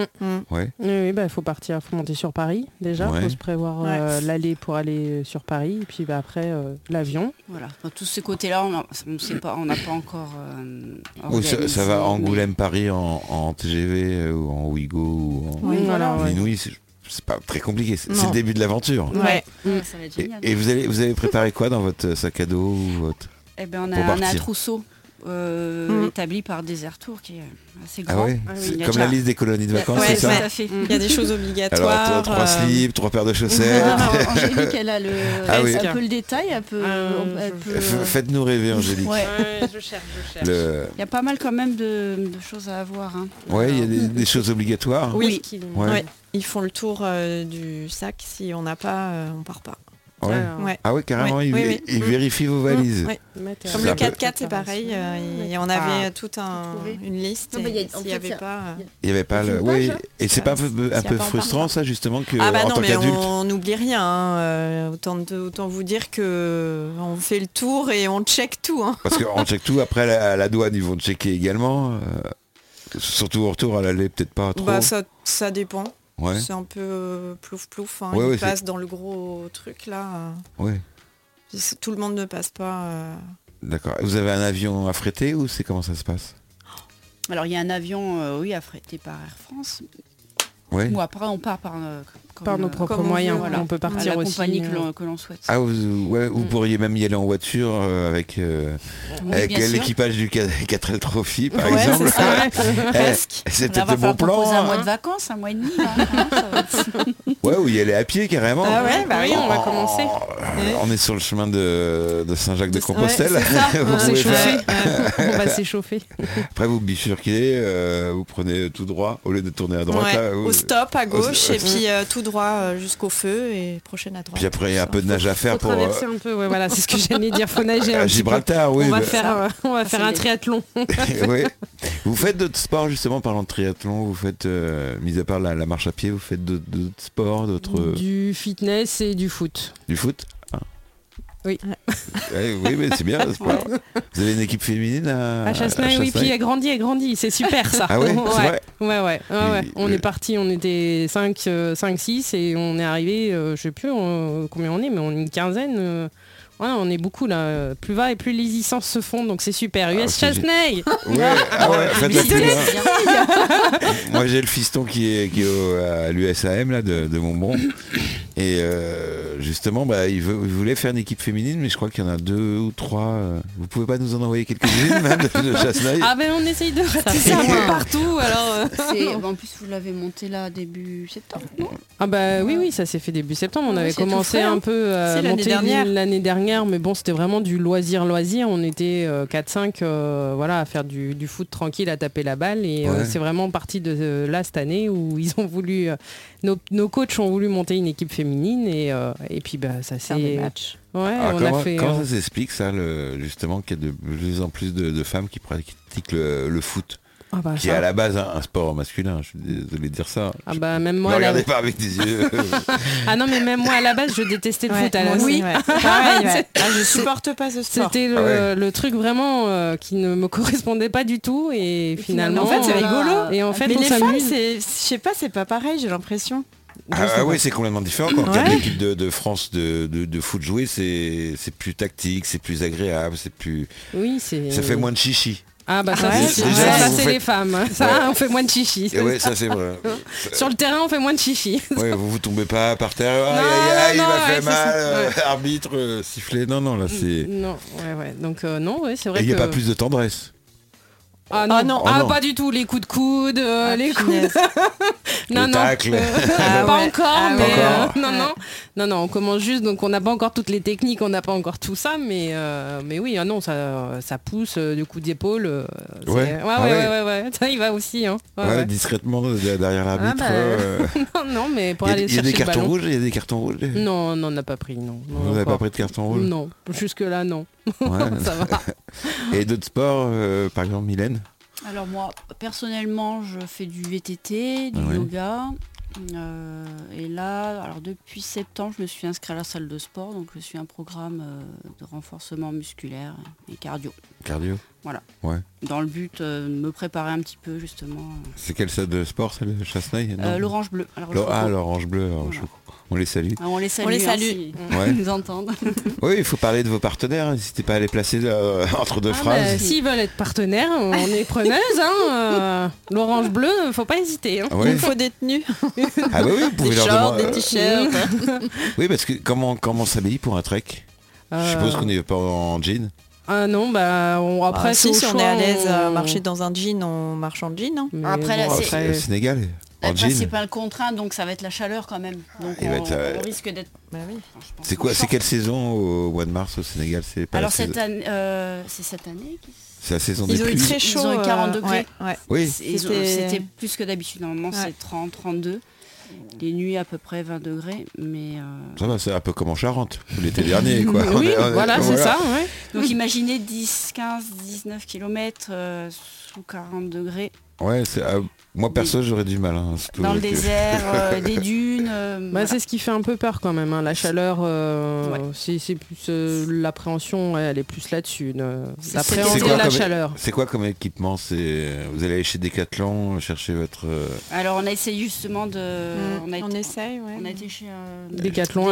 B: Ouais.
E: Oui, il faut partir, faut monter sur Paris déjà.
B: Ouais.
E: faut se prévoir euh, l'aller pour aller sur Paris. Et puis bah, après, euh, l'avion.
F: Voilà, Enfin, tous ces côtés-là, on a- on ne sait pas, on n'a pas encore. euh,
B: Ou ça, ça
F: organisé, mais-
B: va Angoulême Paris en, en TGV euh, ou en Ouigo ou en
G: Oui,
E: voilà, ouais.
B: Inouï, c'est- c'est pas très compliqué. C'est
G: Non.
B: c'est le début de l'aventure.
G: Ouais.
F: Ouais, ça va être
B: Et,
F: génial.
B: et vous avez vous avez préparé quoi dans votre sac à dos ou votre
F: Eh ben, on a,
B: pour
F: on a un
B: partir.
F: trousseau euh,
G: Mm.
F: établi par Desert Tour qui est assez
B: Ah
F: grand.
B: ouais,
E: Ah oui,
B: C'est
E: il y a
B: comme
E: déjà-
B: la liste des colonies de vacances,
G: Ouais,
B: c'est ça
G: ouais.
F: tout à fait.
G: Il y a des choses
B: Alors
G: obligatoires.
B: toi, trois
G: euh,
B: slips, trois paires de chaussettes.
F: Alors, Angélique, elle a le,
B: Ah oui.
F: un peu le détail, un peu.
E: Euh,
F: elle
E: je-
F: peut-
B: F- Faites-nous rêver, Angélique.
F: Ouais.
E: je cherche, je cherche.
B: Le-
F: Il y a pas mal quand même de, de choses à avoir. hein.
B: Ouais, il y a des, des choses obligatoires.
G: Oui.
B: Ouais.
G: Ouais. Ils font le tour euh, du sac. Si on n'a pas, euh, on part pas.
B: Ouais.
G: Ouais.
B: Ah ouais, carrément,
G: Ouais,
B: ils,
G: oui, oui.
B: ils
G: Mm.
B: vérifient vos valises.
G: Ouais.
B: C'est
E: euh,
G: Comme
B: un
G: le
B: peu-
G: 4x4, c'est pareil. euh, il- et on avait tout un,
H: trouvé.
G: une liste.
H: Non, mais il y a-
G: et
H: en
G: S'il
H: fait,
G: n'y avait
H: ça-
G: pas. euh,
B: Il y avait pas le.
H: Une
B: Oui.
H: page, hein.
B: Et c'est pas un peu, un
G: S'il y a
B: peu
G: pas en
B: frustrant ça justement que
G: Ah bah
B: Euh, en
G: non,
B: tant
G: mais
B: qu'adulte.
G: on n'oublie rien. hein. Euh, Autant, de- autant vous dire que euh, on fait le tour et on check tout. hein.
B: Parce qu'on check tout après à la, à la douane, ils vont checker également. euh, surtout au retour à l'aller, peut-être pas trop.
G: Bah ça, ça dépend.
B: ouais,
G: C'est un peu euh, plouf plouf. hein.
B: Ouais,
G: Ils
B: ouais, c'est-
G: passent dans le gros truc là.
B: ouais.
G: euh. Tout le monde ne passe pas. euh.
B: D'accord. Vous avez un avion affrété ou c'est comment ça se passe
F: Alors, il y a un avion, euh, oui, affrété par Air France.
B: Ouais.
F: Ou après, on part par, euh, comme,
E: Par nos
F: euh,
E: propres
G: comme on
E: moyens,
G: veut, voilà.
E: on peut
F: à
E: partir
F: la
E: aussi.
F: compagnie que
E: euh,
F: l'on- que l'on souhaite.
B: Ah, vous, ouais, vous
E: Mm.
B: pourriez même y aller en voiture euh, avec, euh,
F: Oui,
B: avec
F: bien sûr.
B: l'équipage du 4L Trophy, par
G: Ouais,
B: exemple.
G: c'est
E: Ah,
G: ça.
B: Eh, c'est
F: Là,
B: peut-être
F: va
B: le bon
F: falloir qu'on pose
B: plan.
F: un mois
B: hein.
F: de vacances, un mois et demi. là, hein, ça va être-
B: Ouais, ou y aller à pied carrément.
G: Ah ouais, bah oui, on va
B: Oh, euh,
G: commencer.
B: On est sur le chemin de, de Saint-Jacques-de-Compostelle.
G: Ouais, c'est ça.
B: Vous
G: On
E: On,
G: va
B: pouvez
E: s'est
B: faire-
E: chauffé. on va s'échauffer.
B: Après vous bifurquez, euh, vous prenez tout droit au lieu de tourner à droite.
G: Ouais,
B: là, vous-
G: Au stop à gauche
B: au-
G: et puis euh, tout droit euh, jusqu'au feu et prochaine à droite.
B: Puis après il y a un peu de nage à faire
E: Faut
B: pour euh,
E: traverser un peu, ouais, voilà, c'est ce que j'allais dire. Faut nager un
B: à
E: petit peu.
B: Gibraltar, oui.
E: on va
B: bah,
E: faire, euh, on va faire un
F: l'idée.
E: triathlon.
B: oui. Vous faites d'autres sports justement, parlant de triathlon, vous faites, euh, mis à part la, la marche à pied, vous faites d'autres d'autres sports, d'autres euh, du...
E: Du fitness et du foot.
B: foot. hein
E: Oui.
B: Ah, Ouais, oui, mais c'est bien. c'est pas- Vous avez une équipe féminine à,
E: à Chassenay, Ah, oui, puis
B: Chassenay
E: elle grandit, elle grandit, c'est super ça.
B: Ah ouais, c'est vrai.
E: ouais, ouais, ouais, ouais.
B: Puis,
E: On
B: euh,
E: est parti, on était 5, 5 6 et on est arrivé, euh, je sais plus euh, combien on est, mais on est une quinzaine. euh, ouais, on est beaucoup là. Euh, Plus va et plus les licences se font, donc c'est super. US
B: Ah, c'est gé-
E: Chassenay
B: Ouais, ah ouais, faites la
F: Bisous,
B: pub,
F: les
B: hein.
F: filles.
B: Moi j'ai le fiston qui est, qui est au- à l'USAM là de, de Montbron. Et euh, justement, bah, il, veut- il voulait faire une équipe féminine, mais je crois qu'il y en a deux ou trois. euh. Vous pouvez pas nous en envoyer quelques-unes là, de, de Chasseneuil
E: Ah ben on essaye de rater ça un peu partout alors. euh.
F: C'est- bah, en plus, vous l'avez monté là début septembre, non
E: Ah bah oui oui ça s'est fait début septembre on
F: Ouais,
E: avait
F: c'est tout
E: commencé
F: frais, hein.
E: un peu euh, à
G: C'est l'année
E: monter
G: dernière.
E: l'année dernière mais bon c'était vraiment du loisir loisir on était euh, 4-5 euh, voilà à faire du, du foot tranquille à taper la balle et euh,
B: Ouais.
E: c'est vraiment parti de euh, là cette année où ils ont voulu euh, nos, nos coachs ont voulu monter une équipe féminine et, euh, et puis bah ça
F: Faire des
E: s'est
F: matchs.
E: ouais
B: Alors,
E: on
B: Ah, comment,
E: a fait
B: comment
E: euh,
B: ça s'explique ça, le- justement, qu'il y a de plus en plus de, de femmes qui pratiquent le, le foot,
E: ah bah,
B: qui est
E: ça-
B: à la base un, un sport masculin, je suis désolé de dire ça. hein.
E: ah
B: Je-
E: bah, même
B: ne
E: moi à la-
B: regardez pas avec des yeux.
E: ah non mais même moi à la base je détestais le
G: Ouais,
E: foot à la-
G: moi aussi,
E: Oui.
G: ouais. Pareil, ouais.
E: C'est-
G: Ah, je supporte pas ce sport.
E: C'était le,
B: Ah ouais.
E: le truc vraiment euh, qui ne me correspondait pas du tout et finalement.
G: en fait, c'est
E: euh,
G: rigolo.
E: Et en fait,
G: mais
E: on
G: les femmes,
E: s'amuse.
G: c'est, je sais pas, c'est pas pareil, j'ai l'impression.
B: Ah, ah oui, c'est complètement différent. Quand
G: Ouais.
B: t'as l'équipe de, de France de, de, de foot jouer, c'est c'est plus tactique, c'est plus agréable, c'est plus.
E: Oui, c'est.
B: Ça fait moins de chichi.
E: Ah bah ça,
G: Ah ouais,
E: c'est-
G: déjà,
E: ça,
B: vous
E: c'est
B: faites-
E: les femmes. hein. Ça,
B: Ouais.
E: on fait moins de chichi.
B: Et ouais, ça c'est vrai.
E: Sur le terrain, on fait moins de chichi.
B: Ouais, vous vous tombez pas par terre. Aïe,
E: Non,
B: aïe, aïe,
E: non,
B: il
E: non,
B: m'a
E: ouais,
B: fait
E: c'est
B: mal.
E: ça.
B: euh, arbitre, euh, sifflet. Non, non, là c'est.
E: Non, ouais, ouais. Donc euh, non, ouais, c'est
B: Et
E: vrai
B: il n'y a
E: que.
B: pas plus de tendresse.
E: Ah non,
G: Ah non.
E: Ah,
B: Oh non.
E: pas du tout. Les coups de coude, euh,
G: Ah,
E: les coups.
G: punaise.
B: le
E: non, non. Euh,
B: tacle.
G: Ah
E: pas
G: ouais.
E: encore,
G: Ah
E: mais
G: ouais.
E: euh,
G: Encore.
E: non,
G: Ouais.
E: non, non, non, on commence juste, donc on n'a pas encore toutes les techniques, on n'a pas encore tout ça, mais, euh, mais oui, ah non, ça, ça pousse euh, du coup d'épaule. euh, c'est-
B: Ouais.
E: ouais,
B: Ah
E: ouais,
B: ouais.
E: ouais, ouais, ouais. Ça, il va aussi, hein. Ouais,
B: Ouais,
E: ouais.
B: discrètement de- derrière l'arbitre.
E: bah,
B: euh,
E: Non, non, mais pour
B: Il y a-
E: aller
B: il y a des
E: chercher le
B: cartons
E: ballon.
B: rouges, il y a des cartons rouges. eh.
E: Non, non, on n'a pas pris, non. non,
B: Vous n'avez pas
E: encore.
B: pris de carton rouge
E: Non, jusque là, non.
B: Ouais.
E: ça va.
B: Et d'autres sports, euh, par exemple Mylène
F: Alors moi, personnellement, je fais du VTT, du
B: Ouais.
F: yoga. euh, et là, alors depuis septembre, je me suis inscrite à la salle de sport, donc je suis un programme euh, de renforcement musculaire et cardio.
B: Cardio.
F: Dans le but euh, de me préparer un petit peu justement.
B: C'est quelle salle de sport, celle de Chasseneuil
F: Euh,
B: Non.
F: L'orange bleu. Alors,
B: Le-
F: je
B: ah,
F: propose-
B: l'orange bleu, alors,
F: Voilà.
B: je- on les salue.
F: Ah, on les salue.
G: les
F: hein,
G: salue.
F: si
B: Ouais.
F: Ils nous entendent.
B: Oui, il faut parler de vos partenaires, n'hésitez pas à les placer euh, entre deux
E: Ah, bah,
B: phrases.
E: S'ils veulent être partenaires, on est preneuse. Hein, euh, L'orange bleu, faut pas hésiter. hein.
B: Ah ouais
G: Il me faut des tenues,
B: Ah oui, oui, vous pouvez
G: des
B: leur
G: shorts,
B: demander. euh,
G: des t-shirts.
B: Oui, parce que comment, comment on s'habille pour un trek Je suppose
E: Euh,
B: qu'on n'est pas en jean.
E: Ah non, bah on, après
G: Bah,
E: c'est
G: si,
E: au euh,
G: si on
E: choix,
G: est à l'aise à
E: on-
G: marcher dans un jean, on marche en jean. hein.
E: Mais
F: Après, là,
E: bon,
B: Oh,
F: c'est-
B: c'est-
E: après,
B: au Sénégal, en
F: Après, c'est
B: jean.
F: Euh, pas le contrainte, donc ça va être la chaleur quand même. Donc
B: Il
F: on,
B: va être, euh,
F: on risque d'être.
G: Bah oui.
F: enfin, je pense
B: C'est
F: qu'on
B: quoi C'est
F: sort.
B: quelle saison au mois de mars au Sénégal C'est pas la
F: Alors
B: saison-
F: cette année, euh, c'est cette année qui
B: c'est la saison des
G: Ils ont eu
B: pluies.
G: très
F: Ils
G: chaud.
F: ont eu
G: euh,
F: 40 degrés.
G: ouais, ouais.
B: Oui,
F: C'est- ils ont-
G: C'était-
F: C'était plus que d'habitude. Normalement,
G: Ouais.
F: c'est 30, 32. Les nuits, à peu près 20 degrés. Mais, euh,
B: ça va, c'est un peu comme en Charente l'été dernier, quoi. On
E: oui,
B: est- on est-
E: voilà, c'est ça. ouais.
F: Donc imaginez 10, 15, 19 km euh, sous 40 degrés
B: Ouais, c'est- ah, moi perso, j'aurais du mal. hein, surtout
F: dans le
B: que-
F: désert, euh, des dunes. euh,
E: Bah,
F: voilà.
E: C'est ce qui fait un peu peur quand même. hein. La chaleur, euh,
F: Ouais.
E: c'est c'est plus euh, l'appréhension, elle est plus là-dessus. de-
F: C'est-
B: c'est
E: D'appréhender
B: quoi
E: la
B: comme-
E: chaleur.
B: C'est quoi comme équipement C'est euh, vous allez chez Decathlon chercher votre euh,
F: Alors on a essayé justement de...
G: Mm,
F: Euh, on, a
G: on
F: été,
G: essaye, ouais.
F: on a été chez... euh,
E: Mmh, Décathlon,
F: Décathlon.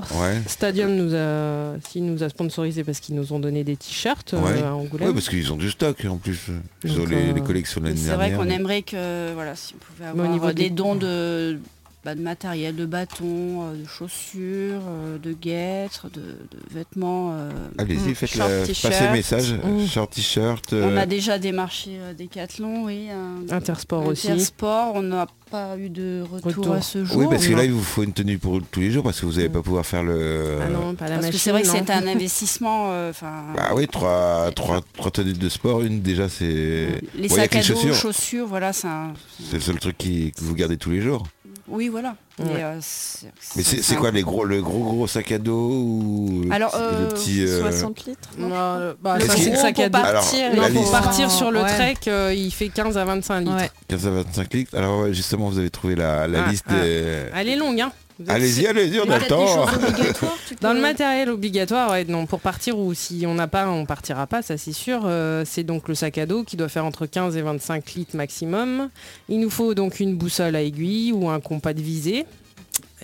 E: Intersport.
B: ouais.
E: Stadium nous a, si nous a sponsorisé parce qu'ils nous ont donné des t-shirts euh,
B: Ouais.
E: à
B: Ouais,
E: Angoulême.
B: parce qu'ils ont du stock en plus. Ils ont
E: Donc,
B: les,
E: euh,
B: les collections de l'année
F: C'est vrai
B: dernière.
F: qu'on aimerait que, voilà, si on pouvait
E: Mais au
F: avoir
E: niveau
F: des
E: des-
F: dons de bah, de matériel, de bâtons, euh, de chaussures, euh, de guêtres, de, de vêtements. euh.
B: Allez-y,
G: Mm.
B: faites
G: Short
B: le,
G: t-shirt.
B: Ah, passez le message.
E: Mm.
B: Short t-shirt.
F: On
B: euh,
F: a déjà démarché euh, Decathlon, oui. un-
E: Intersport Ah, aussi.
F: Intersport, on n'a pas eu de retour,
E: Retour.
F: à ce jour.
B: Oui, parce que
F: non.
B: là, il vous faut une tenue pour tous les jours parce que vous n'allez pas pouvoir faire le.
E: Ah non, pas la
F: Parce que
E: machine.
F: c'est vrai que
E: non.
F: c'est un investissement. euh, enfin,
B: Bah oui, trois, trois, trois tenues de sport, une déjà c'est.
F: les
B: Bon, il y a
F: sacs
B: que
F: à
B: les
F: dos, chaussures,
B: chaussures.
F: voilà, c'est un...
B: C'est le seul truc qui, que vous gardez tous les jours.
F: Oui, voilà.
E: Ouais.
F: Mais, euh, c'est-
B: Mais c'est
F: c'est
B: c'est
F: un-
B: quoi les gros, le gros gros sac à dos ou le
F: Alors,
B: petit-
F: euh,
B: le petit euh,
G: 60 litres. non, je
E: Non,
G: crois.
E: euh, bah,
G: Le
E: ça,
B: gros
E: c'est le sac à
G: pour
E: dos.
B: Alors,
G: partir,
B: la
E: Non,
B: liste.
E: pour partir sur le
G: Ouais.
E: trek, euh, il fait 15 à 25 litres.
G: Ouais.
B: 15 à 25 litres Alors ouais, justement, vous avez trouvé la, la
E: Ah,
B: liste.
E: ah.
B: euh,
E: Elle est longue, hein. Vous êtes-
B: Allez-y, allez-y, on a le
F: Peut-être des
B: temps.
F: choses obligatoires, tu
E: Dans le
F: peux-
E: matériel obligatoire, ouais, non, pour partir ou si on n'a pas, on partira pas, ça c'est sûr. Euh, c'est donc le sac à dos qui doit faire entre 15 et 25 litres maximum. Il nous faut donc une boussole à aiguille ou un compas de visée.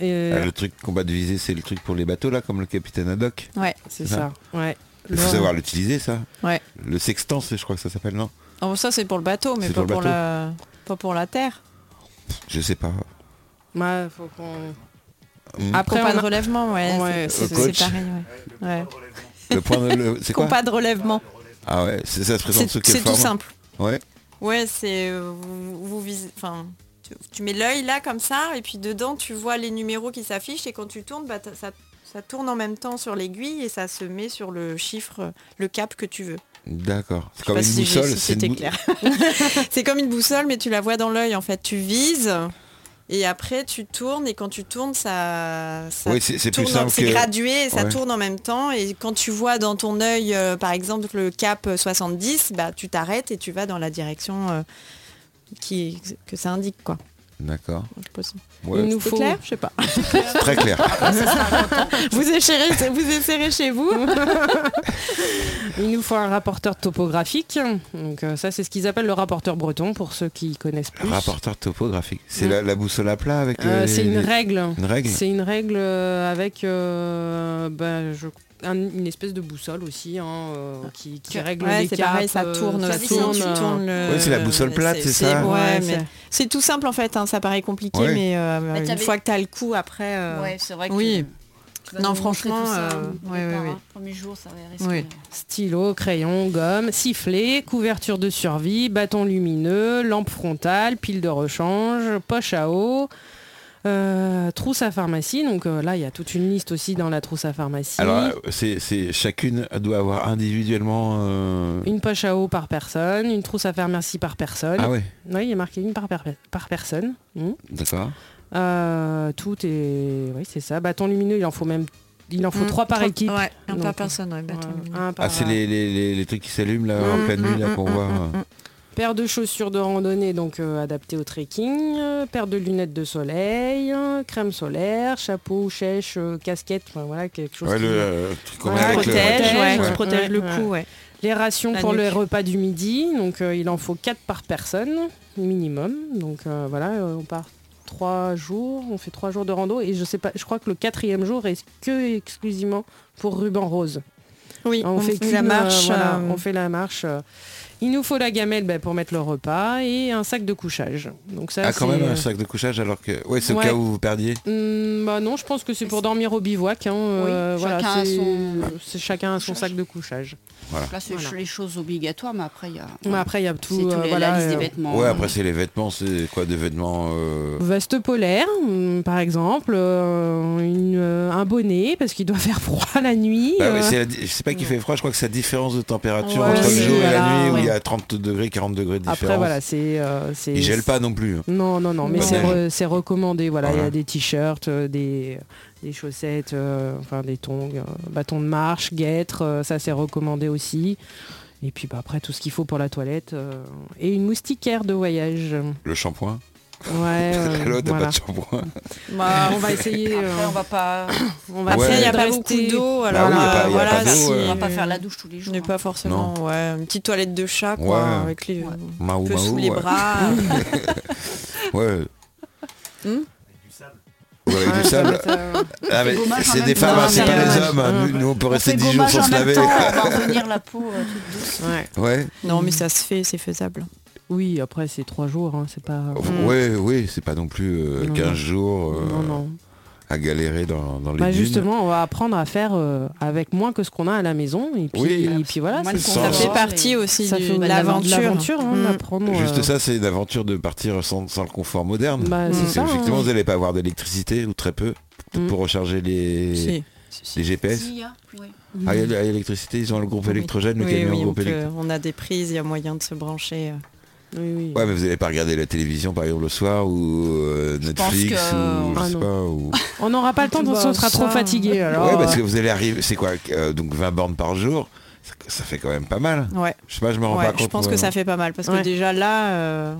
E: Euh,
B: Ah, le truc combat de visée, c'est le truc pour les bateaux là, comme le capitaine Haddock.
E: c'est
B: c'est
E: ça. Ouais.
B: Il faut
E: Le-
B: savoir l'utiliser ça.
G: Ouais.
B: Le sextant, c'est- je crois que ça s'appelle, non
G: Ah bon, ça c'est pour le bateau, mais
B: C'est
G: pas
B: pour
G: pour,
B: le bateau.
G: la... pas pour la terre.
B: Je sais pas.
E: Ouais, faut qu'on-
B: Hmm.
E: Après,
G: compas
E: on
G: de
E: a-
G: relèvement, ouais.
E: Ouais,
G: c'est-
B: c'est-
G: c'est
B: coach.
G: pareil, ouais. ouais.
B: Le point de- le- C'est quoi
G: Compas de relèvement.
B: Ah ouais, c'est- ça se présente
G: C'est
B: sous
G: c'est
B: quelle
G: tout
B: forme
G: simple.
B: Ouais.
G: Ouais, c'est euh, vous, vous visez- enfin, tu, tu mets l'œil là comme ça, et puis dedans tu vois les numéros qui s'affichent, et quand tu tournes, bah, t'as- ça, ça tourne en même temps sur l'aiguille et ça se met sur le chiffre, euh, le cap que tu veux.
B: D'accord. C'est
G: Je sais
B: comme
G: pas
B: une
G: si j'ai-
B: boussole.
G: si
B: c'est une
G: c'était
B: bou-
G: clair. c'est comme une boussole, mais tu la vois dans l'œil en fait. Tu vises. Et après, tu tournes et quand tu tournes, ça, ça
B: Oui, c'est c'est plus
G: tourne en-
B: simple
G: c'est
B: que.
G: gradué et ça
B: Ouais.
G: tourne en même temps. Et quand tu vois dans ton œil, euh, par exemple, le cap euh, 70, bah, tu t'arrêtes et tu vas dans la direction euh, qui, que ça indique. Quoi.
B: D'accord.
G: Je pense.
B: Ouais,
E: Il nous
G: C'est
E: faut.
G: clair Je sais pas.
B: c'est Très clair.
G: vous, essayerez, vous essayerez chez vous.
E: Il nous faut un rapporteur topographique. Donc euh, ça, c'est ce qu'ils appellent le rapporteur breton pour ceux qui connaissent plus.
B: Rapporteur topographique. C'est
E: Mm.
B: la, la boussole à plat avec.
E: Euh,
B: les-
E: c'est une
B: les-
E: règle.
B: une règle.
E: C'est une règle euh, avec euh, bah, je- un- une espèce de boussole aussi hein, euh, qui, qui règle
G: Ouais,
E: les
G: c'est
E: cartes,
G: pareil, ça
E: euh,
G: tourne
E: ça
G: aussi.
E: tourne,
G: tu
E: euh,
G: tournes le-
B: Ouais, c'est la boussole plate, c'est ça
G: ouais,
E: Ouais,
G: mais
E: c'est-
G: C'est tout simple en fait, hein, ça paraît compliqué,
B: Ouais.
G: mais euh,
F: Bah,
G: une
F: t'avais-
G: fois que tu as le coup après... euh,
F: Ouais, c'est vrai que
G: Oui.
F: tu vas
G: Non,
F: nous montrer
G: franchement,
F: tout ça,
G: euh,
F: au
G: ouais,
F: départ,
G: ouais, ouais.
F: hein. Premier jour, ça va risquer. hein.
G: Oui.
E: Stylo, crayon, gomme, sifflet, couverture de survie, bâton lumineux, lampe frontale, pile de rechange, poche à eau. euh, trousse à pharmacie, donc euh, là il y a toute une liste aussi dans la trousse à pharmacie.
B: Alors, euh, c'est c'est- chacune doit avoir individuellement. euh,
E: une poche à eau par personne, une trousse à pharmacie par personne.
B: Ah ouais.
E: Oui, il est marqué une par, per- par personne. Mm.
B: D'accord.
E: Euh, tout est. Oui, c'est ça. Bâton lumineux, il en faut même. Il en faut
G: Mm,
E: trois par
G: trois-
E: équipe.
G: Ouais, un
E: Donc,
G: par personne, ouais,
E: Ouais,
G: bâton lumineux.
E: un par-
B: Ah, c'est les, les- les- les trucs qui s'allument là en
E: Mm,
B: pleine nuit là qu'on voit.
E: Paire de chaussures de randonnée, donc euh, adaptées au trekking. euh, paire de lunettes de soleil. euh, crème solaire. Chapeau, chèche, euh, casquette. Enfin, voilà, quelque chose.
B: Ouais,
E: qui-
B: le euh, truc qu'on
E: Ouais,
B: met avec le-
G: protège, ouais,
E: Ouais.
G: qui protège le
E: Ouais.
G: coup, ouais.
E: Les rations
G: La
E: pour les
G: nuque.
E: repas du midi. Donc euh, il en faut quatre par personne, minimum. Donc euh, voilà, euh, on part trois jours. On fait trois jours de rando. Et je sais pas, je crois que le quatrième jour est que exclusivement pour ruban rose.
G: Oui,
E: On, fait
G: la
E: qu'une,
G: marche.
E: euh, voilà,
G: euh,
E: on fait la marche. euh. Il nous faut la gamelle ben, pour mettre le repas et un sac de couchage. Donc ça,
B: Ah, quand
E: c'est- euh,
B: même un sac de couchage alors que. Ouais, c'est au
E: Ouais.
B: cas où vous perdiez.
E: Hum, bah non, je pense que c'est pour dormir au bivouac. hein, euh,
F: Oui,
E: voilà,
F: chacun a
E: c'est-
F: son-
E: c'est chacun a son sac de couchage.
F: Là, c'est
E: Voilà.
F: les choses obligatoires, mais après, il y a
E: Mais après, il y a
F: c'est
E: tout.
F: tous
E: euh,
F: les,
E: voilà,
F: la liste
E: euh,
F: des vêtements.
B: Ouais, après c'est les vêtements, c'est quoi des vêtements euh,
E: Veste polaire, hum, par exemple, euh, une, euh, un bonnet, parce qu'il doit faire froid la nuit.
B: Bah ouais,
E: euh,
B: c'est la di- je sais pas qu'il fait froid, je crois que c'est la différence de température
E: Ouais,
B: entre le
E: c'est-
B: jour et la
E: voilà,
B: nuit où
E: ouais.
B: il y a 30 degrés, 40 degrés de différence.
E: après, voilà, c'est. euh, c'est-
B: Il gèle pas non plus. hein,
E: Non, non, non, mais
B: Pas
E: c'est
B: neige.
E: re- c'est recommandé. Voilà, il y
B: Voilà.
E: a des t-shirts, euh, des, des chaussettes, euh, enfin des tongs, euh, bâtons de marche, guêtres, euh, ça c'est recommandé aussi. Et puis bah, après tout ce qu'il faut pour la toilette euh, et une moustiquaire de voyage.
B: Le shampoing.
E: Ouais. euh,
B: L'autre, t'as
E: voilà.
B: pas de shampoing.
G: bah,
E: on va essayer. euh,
F: Après, on va pas,
E: on va
B: Ouais.
G: Après, il n'y
E: essayer
G: a
E: de
G: pas
E: rester-
G: beaucoup d'eau,
B: Bah
G: alors
B: oui, il y a pas-
G: euh,
B: il y a
G: voilà,
B: pas d'eau,
G: si-
B: euh.
F: on va pas faire la douche tous les
G: Je
F: jours. hein.
G: n'ai pas forcément, ouais, une petite toilette de chat, quoi,
B: Ouais.
G: avec les...
F: Ouais.
B: Maou,
G: Un peu sous
B: maou,
G: les
B: ouais.
G: bras.
B: Ouais.
G: Hmm
B: Ouais, avec
E: Ouais,
B: du
E: ça va
B: sable.
E: être, euh,
B: Ah, mais
F: gommage en
B: c'est
F: même
B: des
F: temps.
B: femmes, hein, c'est
E: Non,
B: pas
E: mais,
B: des
E: euh,
B: hommes. hein.
E: ouais.
B: Nous, nous, on peut
F: On
B: rester
F: fait
B: 10 jours
F: gommage
B: sans
F: en
B: se
F: même
B: laver.
F: temps, on va revenir la peau euh, toute douce.
E: ouais.
B: Ouais.
G: Non, mais ça se fait, c'est faisable.
E: Oui, après c'est trois jours, hein, c'est pas.
G: Mm.
B: Oui, oui, c'est pas non plus euh,
E: Non,
B: 15
E: non.
B: jours Oh, euh,
E: non, non.
B: à galérer dans, dans les
E: Bah,
B: dunes.
E: justement, on va apprendre à faire euh, avec moins que ce qu'on a à la maison. Et puis,
B: Oui.
E: et puis voilà,
F: Moins
E: c'est
F: de
B: ça
G: Ça
B: fait
G: fait
F: confort
G: partie
F: et-
G: aussi
E: ça
G: du-
E: fait
G: de
E: la- de l'aventure,
G: l'aventure.
E: hein,
G: Mm.
E: d'apprendre,
B: Juste
E: euh,
B: ça, c'est l'aventure de partir sans, sans le confort moderne.
E: bah,
G: Mm.
E: c'est
B: Parce que
E: ça.
B: effectivement,
E: hein.
B: vous n'allez pas avoir d'électricité ou très peu
E: Mm.
B: pour recharger les,
G: Si.
B: les GPS.
F: Si, il y a, oui.
B: Ah, il y a de l'électricité, ils ont le groupe
G: Oui.
B: électrogène, le
G: Oui,
B: camion
G: oui, on,
B: groupe
G: peut-
B: électrogène.
G: on a des prises, il y a moyen de se brancher. euh.
E: Oui, oui.
B: Ouais, mais vous n'allez pas regarder la télévision par exemple le soir ou euh,
F: pense
B: Netflix
F: que-
B: ou je
E: Ah
B: sais
E: non.
B: pas. Ou...
E: On n'aura pas le temps,
G: Bah,
E: on sera trop
G: ça-
E: fatigué. Alors,
B: ouais, parce
E: euh,
B: que vous allez arriver, c'est quoi, euh, donc 20 bornes par jour, ça, ça fait quand même pas mal.
G: Ouais,
B: Je sais pas, je me rends
G: ouais,
B: pas compte.
G: je pense
B: moi.
G: que ça fait pas mal parce que
E: Ouais.
G: déjà là, euh,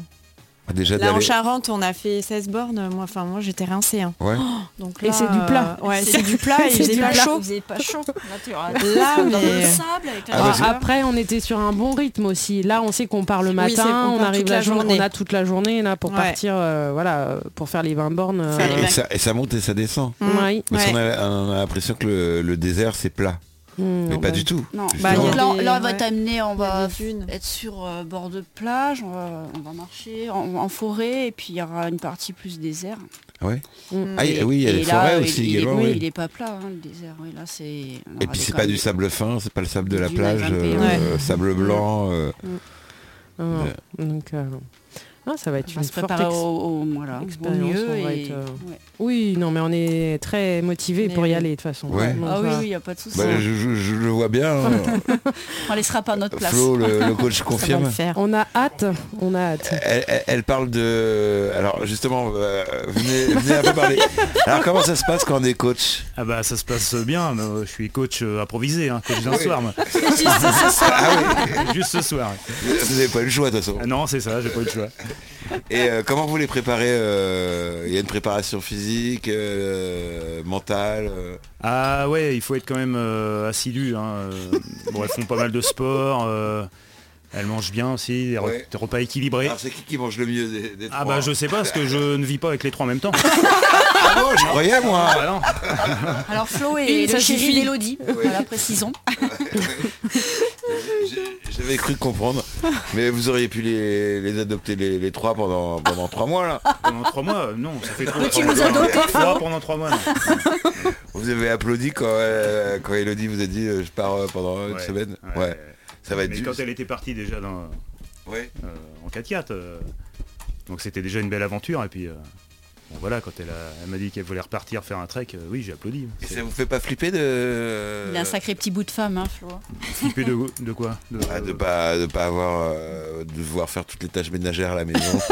B: Déjà
G: là en
B: d'aller-
G: Charente, on a fait 16 bornes. Moi, enfin moi, j'étais rincée. hein.
B: Ouais.
G: Donc
E: Et
G: là,
E: c'est du plat.
G: euh, ouais, c'est du plat. Il
E: C'est
G: faisait
E: du
G: pas
E: plat.
G: chaud.
F: Vous n'avez pas chaud. Là, tu auras-
G: Là,
F: dans le
G: mais-
F: sable avec
B: Ah,
F: la
B: bah,
E: Alors,
B: c'est-
F: chaleur.
E: après, on était sur un bon rythme aussi. Là, on sait qu'on part le
G: Oui,
E: matin,
G: c'est- on
E: on,
G: part
E: arrive
G: toute
E: la
G: la
E: journée,
G: journée.
E: on a toute la journée là pour
G: Ouais.
E: partir, euh, voilà, euh, pour faire les 20 bornes. euh,
F: Faire les
B: Et ça, et ça monte et ça descend.
G: Mm.
E: ouais.
B: Parce
G: Ouais.
B: qu'on a, on a l'impression que le, le désert c'est plat.
E: Mm,
B: Mais
E: on
B: pas
E: va-
B: du tout.
F: Non,
B: Justement.
G: Bah, il y a
F: Donc là, on-
G: des-
F: là, on va
G: ouais.
F: t'amener, on
G: Il y a
F: va
G: des dunes.
F: être sur euh, bord de plage, on va, on va marcher en, en forêt, et puis il y aura une partie plus désert.
B: Ah ouais
E: Mm.
B: Ah, il y a- oui, il y a
F: Et
B: les
F: là,
B: forêts
F: euh,
B: aussi
F: il, est,
B: également.
F: oui,
B: oui.
F: il est pas plat, hein, le désert. Oui, là, c'est, on
B: Et
F: aura
B: puis
F: des
B: c'est
F: quand
B: pas
F: même-
B: du sable fin, c'est pas le sable de la
F: Du
B: plage,
F: Nagant Pays,
B: euh,
G: ouais.
B: sable blanc. euh,
E: Ah, donc, euh, ah, ça va être
F: On va
E: une
F: se
E: forte
F: préparer
E: ex-
F: au, au- voilà, au
E: expérience,
F: mieux
E: on va
F: et-
E: être, euh,
F: ouais.
E: Oui, non, mais on est très motivé
G: Mais
E: pour y
G: oui.
E: aller de toute façon.
B: Ouais.
E: Donc,
F: Ah oui,
E: voilà.
F: il n'y a pas de souci.
B: bah, je, je- je le vois bien. hein.
F: On laissera pas notre place.
B: Flo, le, le coach
G: Ça va le
B: confirme.
G: faire.
E: On a hâte, on a hâte.
B: Elle, elle- elle parle de. Alors justement, euh, venez, venez un peu parler. Alors comment ça se passe quand on est coach
H: Ah bah ça se passe bien, euh, je suis coach euh, improvisé, hein, coach d'un
B: Oui.
H: soir, moi.
B: Ah
H: juste ce soir.
B: oui, vous n'avez pas eu le choix de toute façon.
H: Ah non c'est ça, j'ai pas eu le choix.
B: Et euh, comment vous les préparez euh, Il y a une préparation physique, euh, mentale. euh,
H: Ah ouais, il faut être quand même euh, assidu. hein, euh, bon, elles font pas mal de sport, euh, elles mangent bien aussi, des, re-
B: Ouais.
H: des repas équilibrés.
B: Alors c'est qui qui mange le mieux des, des
H: Ah
B: trois
H: bah je sais pas, parce que je ne vis pas avec les trois en même temps.
B: Ah bon, je croyais
H: Ah
B: moi.
H: bah non.
F: Alors Flo et
G: Une,
F: le
G: ça
F: chéri
G: suffit.
F: d'Elodie, voilà, précisons.
B: J'ai- J'avais cru comprendre, mais vous auriez pu les, les adopter les, les trois pendant pendant trois mois là.
H: Pendant trois mois, euh, non, ça fait trop.
F: Tu nous as adoptés,
H: Trois pendant trois mois. non.
B: Vous avez applaudi quand euh, quand Elodie vous a dit euh, je pars euh, pendant une
H: Ouais,
B: semaine. Ouais. ça va être
H: Mais
B: dur.
H: quand elle était partie déjà dans,
B: Ouais.
H: euh, en 4x4. euh, donc c'était déjà une belle aventure. Et puis euh, bon, voilà, quand elle, a- elle m'a dit qu'elle voulait repartir faire un trek, euh, oui, j'ai applaudi.
B: Et
H: C'est
B: ça vous fait pas flipper de
F: Il a un sacré petit bout de femme, hein, Flo.
H: flippé de, de quoi de, euh,
B: Ah, de pas de pas avoir euh, de devoir faire toutes les tâches ménagères à la maison.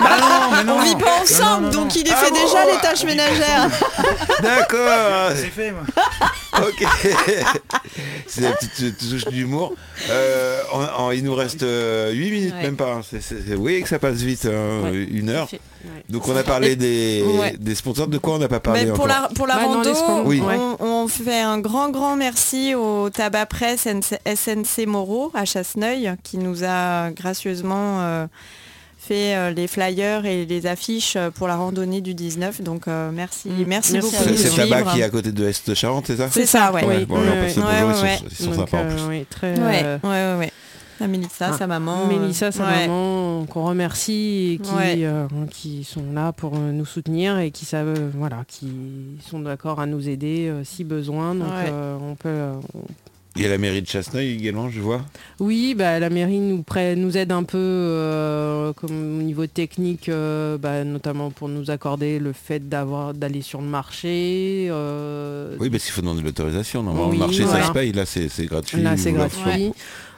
H: Ah non, mais non
G: On vit pas ensemble,
H: non, non,
G: donc il les
B: Ah
G: fait
B: bon,
G: déjà
B: ouais.
G: les tâches ménagères.
B: D'accord.
H: C'est fait, moi.
B: Ok. C'est la petite touche d'humour. Euh, en- en- il nous reste 8 minutes,
G: Ouais.
B: même pas. hein. C'est- c'est- c'est- vous voyez que ça passe vite, hein,
E: Ouais,
B: une heure.
E: fait, ouais.
B: Donc on a parlé des,
G: Ouais.
B: des sponsors. De quoi on n'a pas parlé
G: Mais pour
B: encore
G: la, pour la
E: Bah, dans
G: rando,
E: les secondes,
B: Oui.
E: ouais.
G: on, on fait un grand, grand merci au Tabac Presse SNC SNC Moreau à Chasseneuil qui nous a gracieusement euh, fait euh, les flyers et les affiches euh, pour la randonnée du 19. Donc euh, merci,
E: Mm.
G: merci,
E: Merci à
G: beaucoup.
E: vous.
G: de
B: C'est
G: nous
B: c'est Tabac
G: suivre.
B: qui est à côté de Est de Charente, c'est ça
G: C'est ça, ouais.
E: Oui.
B: bon, alors, on passe le
G: Ouais,
B: bonjour,
G: ouais,
B: ils sont, ils sont
E: Donc,
B: sympas en
E: euh,
B: plus.
E: oui, très,
G: Ouais, ouais,
E: euh,
G: ouais, ouais. La Mélissa,
E: Ah,
G: sa maman. euh,
E: Mélissa, sa
G: ouais.
E: maman, qu'on remercie et qui,
G: Ouais.
E: euh, qui sont là pour euh, nous soutenir et qui savent, euh, voilà, qui sont d'accord à nous aider euh, si besoin. Donc
G: Ouais.
E: euh, on peut. euh, on-
B: Il y a la mairie de Chasseneuil également, je vois.
E: Oui, bah, la mairie nous, prête- nous aide un peu euh, comme au niveau technique, euh, bah, notamment pour nous accorder le fait d'avoir d'aller sur le marché. euh,
B: Oui, parce qu'il faut demander l'autorisation. Normalement,
E: Oui,
B: le marché, ça
E: voilà.
B: se paye. Là, c'est c'est gratuit.
E: Là, c'est
B: Ou-
E: gratuit.
G: Ah,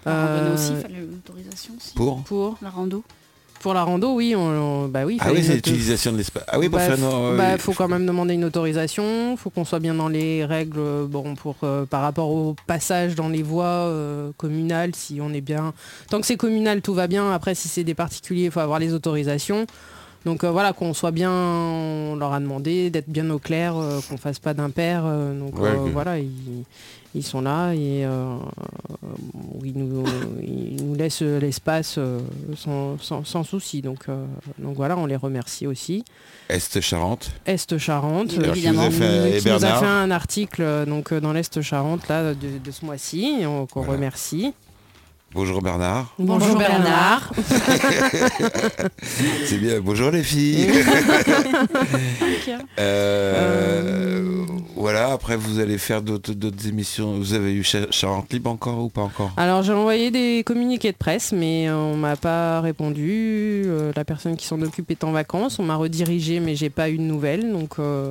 F: La
E: Euh,
F: randonnée aussi, il fallait l'autorisation aussi.
B: Pour
E: pour,
F: La rando.
E: pour la rando, oui, on, on- bah oui. il
B: Ah
E: fallait
B: oui, c'est
E: une auto-
B: l'utilisation de l'espace. Ah oui, pour
E: bah,
B: faire
E: f-
B: non,
E: bah,
B: oui.
E: faut quand même demander une autorisation, faut qu'on soit bien dans les règles euh, bon, pour, euh, par rapport au passage dans les voies euh, communales, si on est bien. Tant que c'est communal, tout va bien. Après, si c'est des particuliers, il faut avoir les autorisations. Donc euh, voilà, qu'on soit bien, on leur a demandé d'être bien au clair, euh, qu'on fasse pas d'impair. euh, donc
B: Ouais,
E: euh,
B: ok.
E: voilà, ils, ils sont là et euh, ils, nous, ils nous laissent l'espace euh, sans, sans- sans souci. Donc, euh, donc voilà, on les remercie aussi.
B: Est Charente.
E: Est Charente.
B: Alors, qui vous a
E: qui
B: fait,
E: nous-
B: et
E: qui nous a
B: Bernard.
E: fait un article euh, donc, euh, dans l'Est Charente là, de, de ce mois-ci, et on- qu'on
B: Voilà.
E: remercie.
B: Bonjour Bernard.
E: Bonjour, Bernard.
B: C'est bien. Bonjour les filles. Euh, Voilà. Après, vous allez faire d'autres d'autres émissions. Vous avez eu Cha- Charente Libre encore ou pas encore
E: Alors j'ai envoyé des communiqués de presse, mais euh, on m'a pas répondu. Euh, la personne qui s'en occupe est en vacances. On m'a redirigé, mais j'ai pas eu de nouvelles. Donc euh,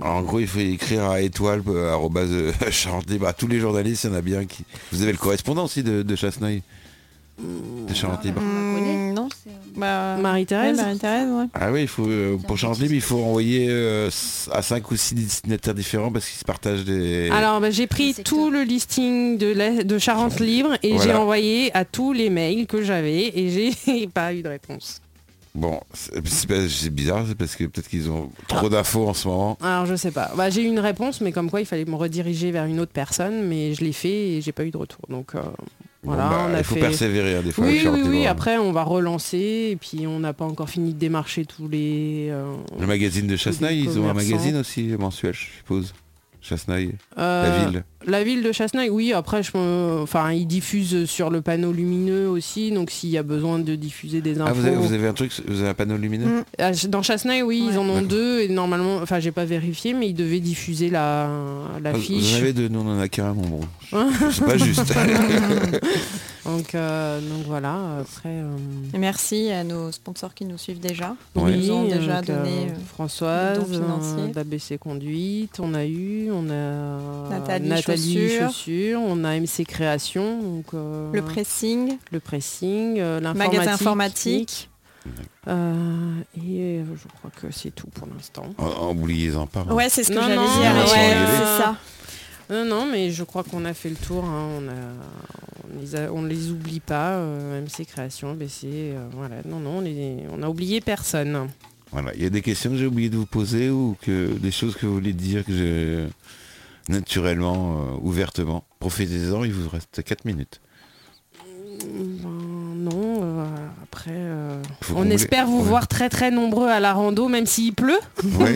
B: En gros, il faut écrire à étoile euh, arrobase, euh, Charente Libre à tous les journalistes. Il y en a bien qui. Vous avez le correspondant aussi de, de Chasseneuil de Charente Libre.
F: On la connaît.
G: Hmm, non.
F: C'est, euh,
G: Bah, ouais,
E: Marie-Thérèse,
G: Marie-Thérèse, ouais.
B: Ah oui, il faut, euh, pour Charente Libre, il faut envoyer euh, à 5 ou 6 destinataires différents parce qu'ils se partagent des...
E: Alors bah, j'ai
F: Les
E: pris
F: secteurs.
E: tout le listing de, la- de Charente Libre et j'ai
B: Voilà.
E: envoyé à tous les mails que j'avais et j'ai pas eu de réponse.
B: Bon, c'est c'est pas- c'est bizarre, c'est parce que peut-être qu'ils ont trop d'infos en ce moment.
E: Alors je sais pas. Bah, j'ai eu une réponse, mais comme quoi il fallait me rediriger vers une autre personne, mais je l'ai fait et j'ai pas eu de retour. Donc euh,
B: Bon,
E: voilà,
B: bah,
E: on a
B: il faut
E: fait.
B: persévérer hein, des fois. avec
E: oui, oui,
B: Charlotte
E: oui.
B: Lebon.
E: Après, on va relancer et puis on n'a pas encore fini de démarcher tous les. euh,
B: Le magazine de Chasseneuil, ils ont un
E: commerçants.
B: magazine aussi mensuel, je suppose. Chasseneuil,
E: euh,
B: la ville.
E: La ville de Chasseneuil, oui, après, je, me- enfin, ils diffusent sur le panneau lumineux aussi, donc s'il y a besoin de diffuser des infos.
B: Ah, vous avez, vous avez un truc, vous avez un panneau lumineux
G: Mm.
E: Ah, ch- Dans Chasseneuil, oui,
G: Ouais.
E: ils en ont
B: D'accord.
E: deux, et normalement, enfin, j'ai pas vérifié, mais ils devaient diffuser la, la
B: Ah, vous- Vous
E: fiche.
B: en avez deux, nous on en a qu'un, bon, bon. C'est pas juste.
E: Donc, euh, donc voilà, après. euh,
G: Et merci à nos sponsors qui nous suivent déjà.
B: Ouais.
G: Ils nous ont déjà
E: donc, euh,
G: donné. euh,
E: Françoise,
G: des dons financiers.
E: euh, d'ABC Conduite, on a eu, on a
G: Nathalie Chaussures.
E: Chaussures, on a MC Création, donc euh,
G: Le pressing,
E: le pressing, euh, l'informatique.
G: magasin informatique.
E: Euh, et euh, je crois que c'est tout pour l'instant.
B: En- en- Oubliez-en pas. hein.
G: Ouais, c'est ce que
E: Non,
G: j'allais
E: non,
G: dire.
B: non,
G: ouais,
B: non,
G: c'est ça.
E: Non, non, mais je crois qu'on a fait le tour. hein, On, a, on, les a- on les oublie pas. euh, MC Création, ABC, euh, voilà. Non, non, on, les, on a oublié personne.
B: Voilà. Il y a des questions que j'ai oublié de vous poser ou que des choses que vous voulez dire que j'ai euh, naturellement, euh, ouvertement. Profitez-en, il vous reste 4 minutes.
E: Ben, non, euh, après, euh,
B: Faut
E: on
B: combler.
E: espère vous
B: Ouais.
E: voir très très nombreux à la rando, même s'il pleut,
B: Ouais.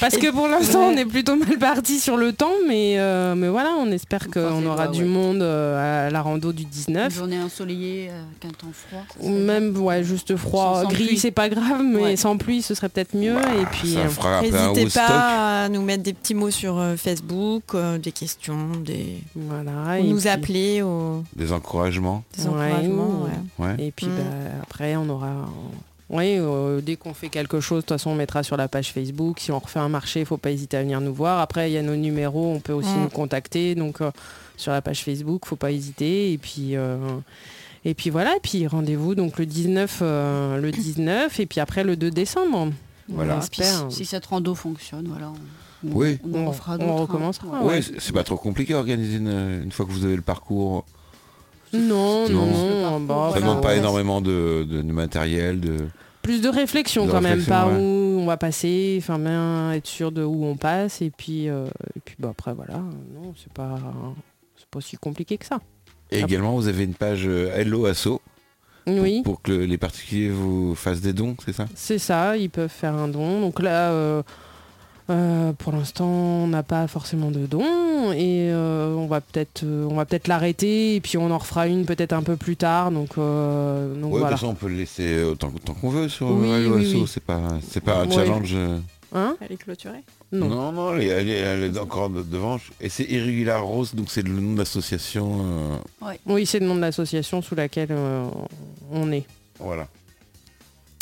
E: parce que pour l'instant
G: Ouais.
E: on est plutôt mal parti sur le temps, mais euh, mais voilà, on espère qu'on
F: croisez les
E: aura
F: doigts,
E: du
F: ouais.
E: monde euh, à la rando du
F: Une
E: 19.
F: journée ensoleillée euh, qu'un temps froid. ça
E: Ou
F: serait
E: même ouais juste froid,
F: Sans- sans
E: gris
F: pluie.
E: c'est pas grave, mais
F: Ouais.
E: sans pluie ce serait peut-être mieux. et puis
B: Bah, Ça
E: euh,
B: fera un peu un
G: N'hésitez
B: Woodstock.
G: pas à nous mettre des petits mots sur euh, Facebook, euh, des questions, des...
E: voilà. et
G: ou nous
E: puis-
G: appeler, aux
B: Des encouragements.
G: des
E: Ouais,
G: encouragements.
E: ou-
G: ouais.
B: Ouais.
E: Et puis
G: Mm.
E: bah, après, on aura. Oui, euh, dès qu'on fait quelque chose, de toute façon, on mettra sur la page Facebook. Si on refait un marché, il faut pas hésiter à venir nous voir. Après, il y a nos numéros, on peut aussi
G: Mm.
E: nous contacter. Donc, euh, sur la page Facebook, faut pas hésiter. Et puis, euh, et puis voilà. Et puis, rendez-vous donc le 19, euh, le 19, et puis après le 2 décembre.
B: Voilà.
E: On
F: Ah, puis
E: espère.
F: si- si cette rando fonctionne, voilà, on, on-
B: Oui.
F: on, en
E: On-
F: refera
E: on
F: d'autres, hein.
E: recommencera,
F: Ouais.
B: Ouais, c'est c'est pas trop compliqué à organiser une, une fois que vous avez le parcours.
E: Non,
B: Non.
E: non, non. bah,
F: Ça
B: Ça
E: voilà.
B: demande pas énormément de, de- de matériel, de.
E: Plus de réflexion
B: De
E: quand
B: réflexion,
E: même, pas
B: ouais.
E: où on va passer, enfin bien être sûr de où on passe et puis euh, et puis bah après voilà, non c'est pas c'est pas si compliqué que ça.
B: Et
E: Ah.
B: également, vous avez une page euh, Hello Asso pour-
E: Oui,
B: pour que le- les particuliers vous fassent des dons, c'est ça
E: c'est ça, ils peuvent faire un don. Donc là, euh, euh, pour l'instant, on n'a pas forcément de don et euh, on va peut-être euh, on va peut-être l'arrêter et puis on en refera une peut-être un peu plus tard. Donc euh, donc
B: Ouais,
E: voilà.
B: de toute façon, on peut le laisser euh, autant, autant qu'on veut sur
E: Oui,
B: Hello
E: oui,
B: Asso.
E: oui.
B: C'est pas, c'est pas un
E: Ouais.
B: challenge. euh.
E: Hein
G: Elle est clôturée.
E: Non.
B: non, non, elle, est- elle est- elle est encore de- devant. Et c'est Irregular Rose, donc c'est le nom de l'association. euh,
E: Oui, c'est le nom de l'association sous laquelle euh, on est.
B: Voilà.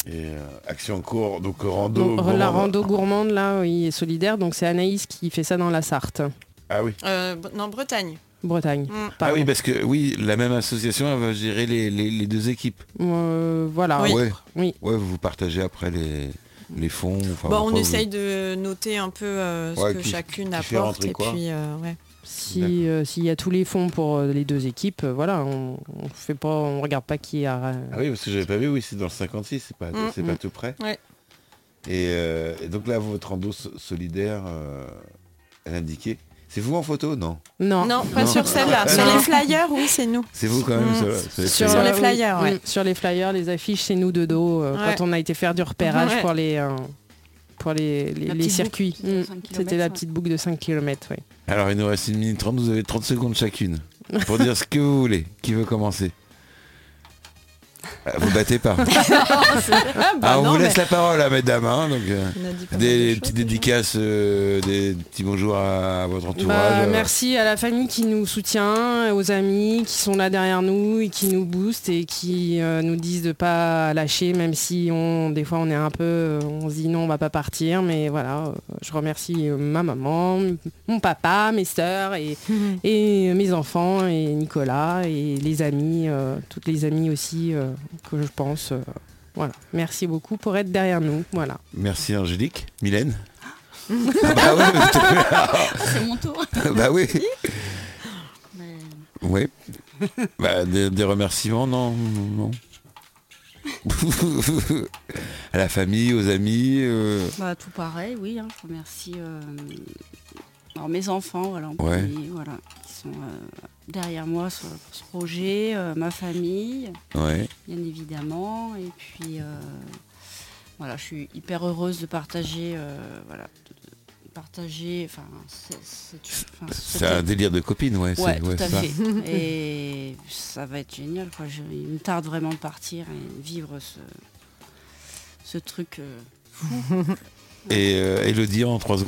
B: Et euh, action en cours, donc euh, rando.
E: Donc, la
B: gourmand-
E: rando gourmande là, oui, et solidaire. Donc c'est Anaïs qui fait ça dans la Sarthe,
B: Ah oui.
G: Euh, non, Bretagne.
E: Bretagne.
G: Mm.
B: Ah oui,
E: Pardon.
B: parce que oui, la même association, elle va gérer les, les- les deux équipes. Ah
E: Euh, voilà.
G: Oui.
B: Ouais.
E: Oui.
B: Ouais, vous partagez après les, les fonds. enfin,
G: Bon,
B: après,
G: on
B: vous-
G: essaye de noter un peu euh, ce
B: Ouais,
G: que
B: qui-
G: chacune
B: qui fait
G: apporte.
B: rentrer
G: Et
B: quoi.
G: puis, euh, ouais.
E: Si euh, s'il y a tous les fonds pour euh, les deux équipes, euh, voilà, on, on fait pas, on regarde pas qui a. euh,
B: Ah oui, parce que j'avais pas vu, oui, c'est dans le 56, c'est pas,
G: Mm,
B: c'est pas tout près.
G: Ouais.
B: Et, euh, et donc là, votre rando so- solidaire, euh, elle indiquait. C'est vous en photo Non.
E: Non. Ah,
G: Non, pas
B: Non.
G: sur celle-là. Sur
E: Non.
G: les flyers, oui, c'est nous.
B: C'est vous quand même.
G: Mm.
B: ça- ça-
G: Sur les
E: euh,
G: flyers,
E: oui.
G: ouais.
E: Mm, Sur les flyers, les affiches, c'est nous de dos. euh,
G: Ouais.
E: Quand on a été faire du repérage
G: Ouais.
E: pour les euh, pour les, les-
F: La
E: les
F: petite
E: circuits.
F: boucle, c'était
E: Mm.
F: 5 kilomètres,
E: C'était la
F: ouais.
E: petite boucle de 5 km,
B: Alors, il nous reste une minute 30, vous avez 30 secondes chacune pour dire ce que vous voulez. Qui veut commencer Euh, Vous battez pas.
G: bah
B: Ah, on vous laisse la parole, à mesdames. hein, donc, euh,
G: On a dit pas mal de
B: des
G: choses,
B: petites
G: mais bon.
B: dédicaces, euh, des petits bonjours à, à votre
E: Bah,
B: entourage. euh.
E: merci à la famille qui nous soutient, aux amis qui sont là derrière nous et qui nous boostent et qui euh, nous disent de pas lâcher, même si on, des fois on est un peu, euh, on se dit non, on va pas partir, mais voilà, euh, je remercie euh, ma maman, m- mon papa, mes sœurs et, et euh, mes enfants et Nicolas et les amis, euh, toutes les amies aussi euh, que je pense. euh, voilà, merci beaucoup pour être derrière nous. Voilà.
B: Merci Angélique. Mylène Ah bah oui, mais t'es-
F: C'est mon tour.
B: bah oui.
F: Mais-
B: Oui. Bah, des, des remerciements, non, non. à la famille, aux amis. euh,
F: Bah, tout pareil, oui. hein, je remercie euh, alors, mes enfants, voilà, en
B: Ouais.
F: premier, voilà, qui sont euh, derrière moi sur, pour ce projet, euh, ma famille,
B: Ouais.
F: bien évidemment. Et puis, euh, voilà, je suis hyper heureuse de partager, euh, voilà, de- de partager, enfin, c'est- c'est- enfin,
B: C'est un délire de copine, ouais. c'est-
F: Ouais, tout
B: ouais,
F: à
B: ça.
F: fait. Et ça va être génial. Quoi. Je- il me tarde vraiment de partir et vivre ce, ce truc. euh,
B: Et euh, Elodie, en trois secondes.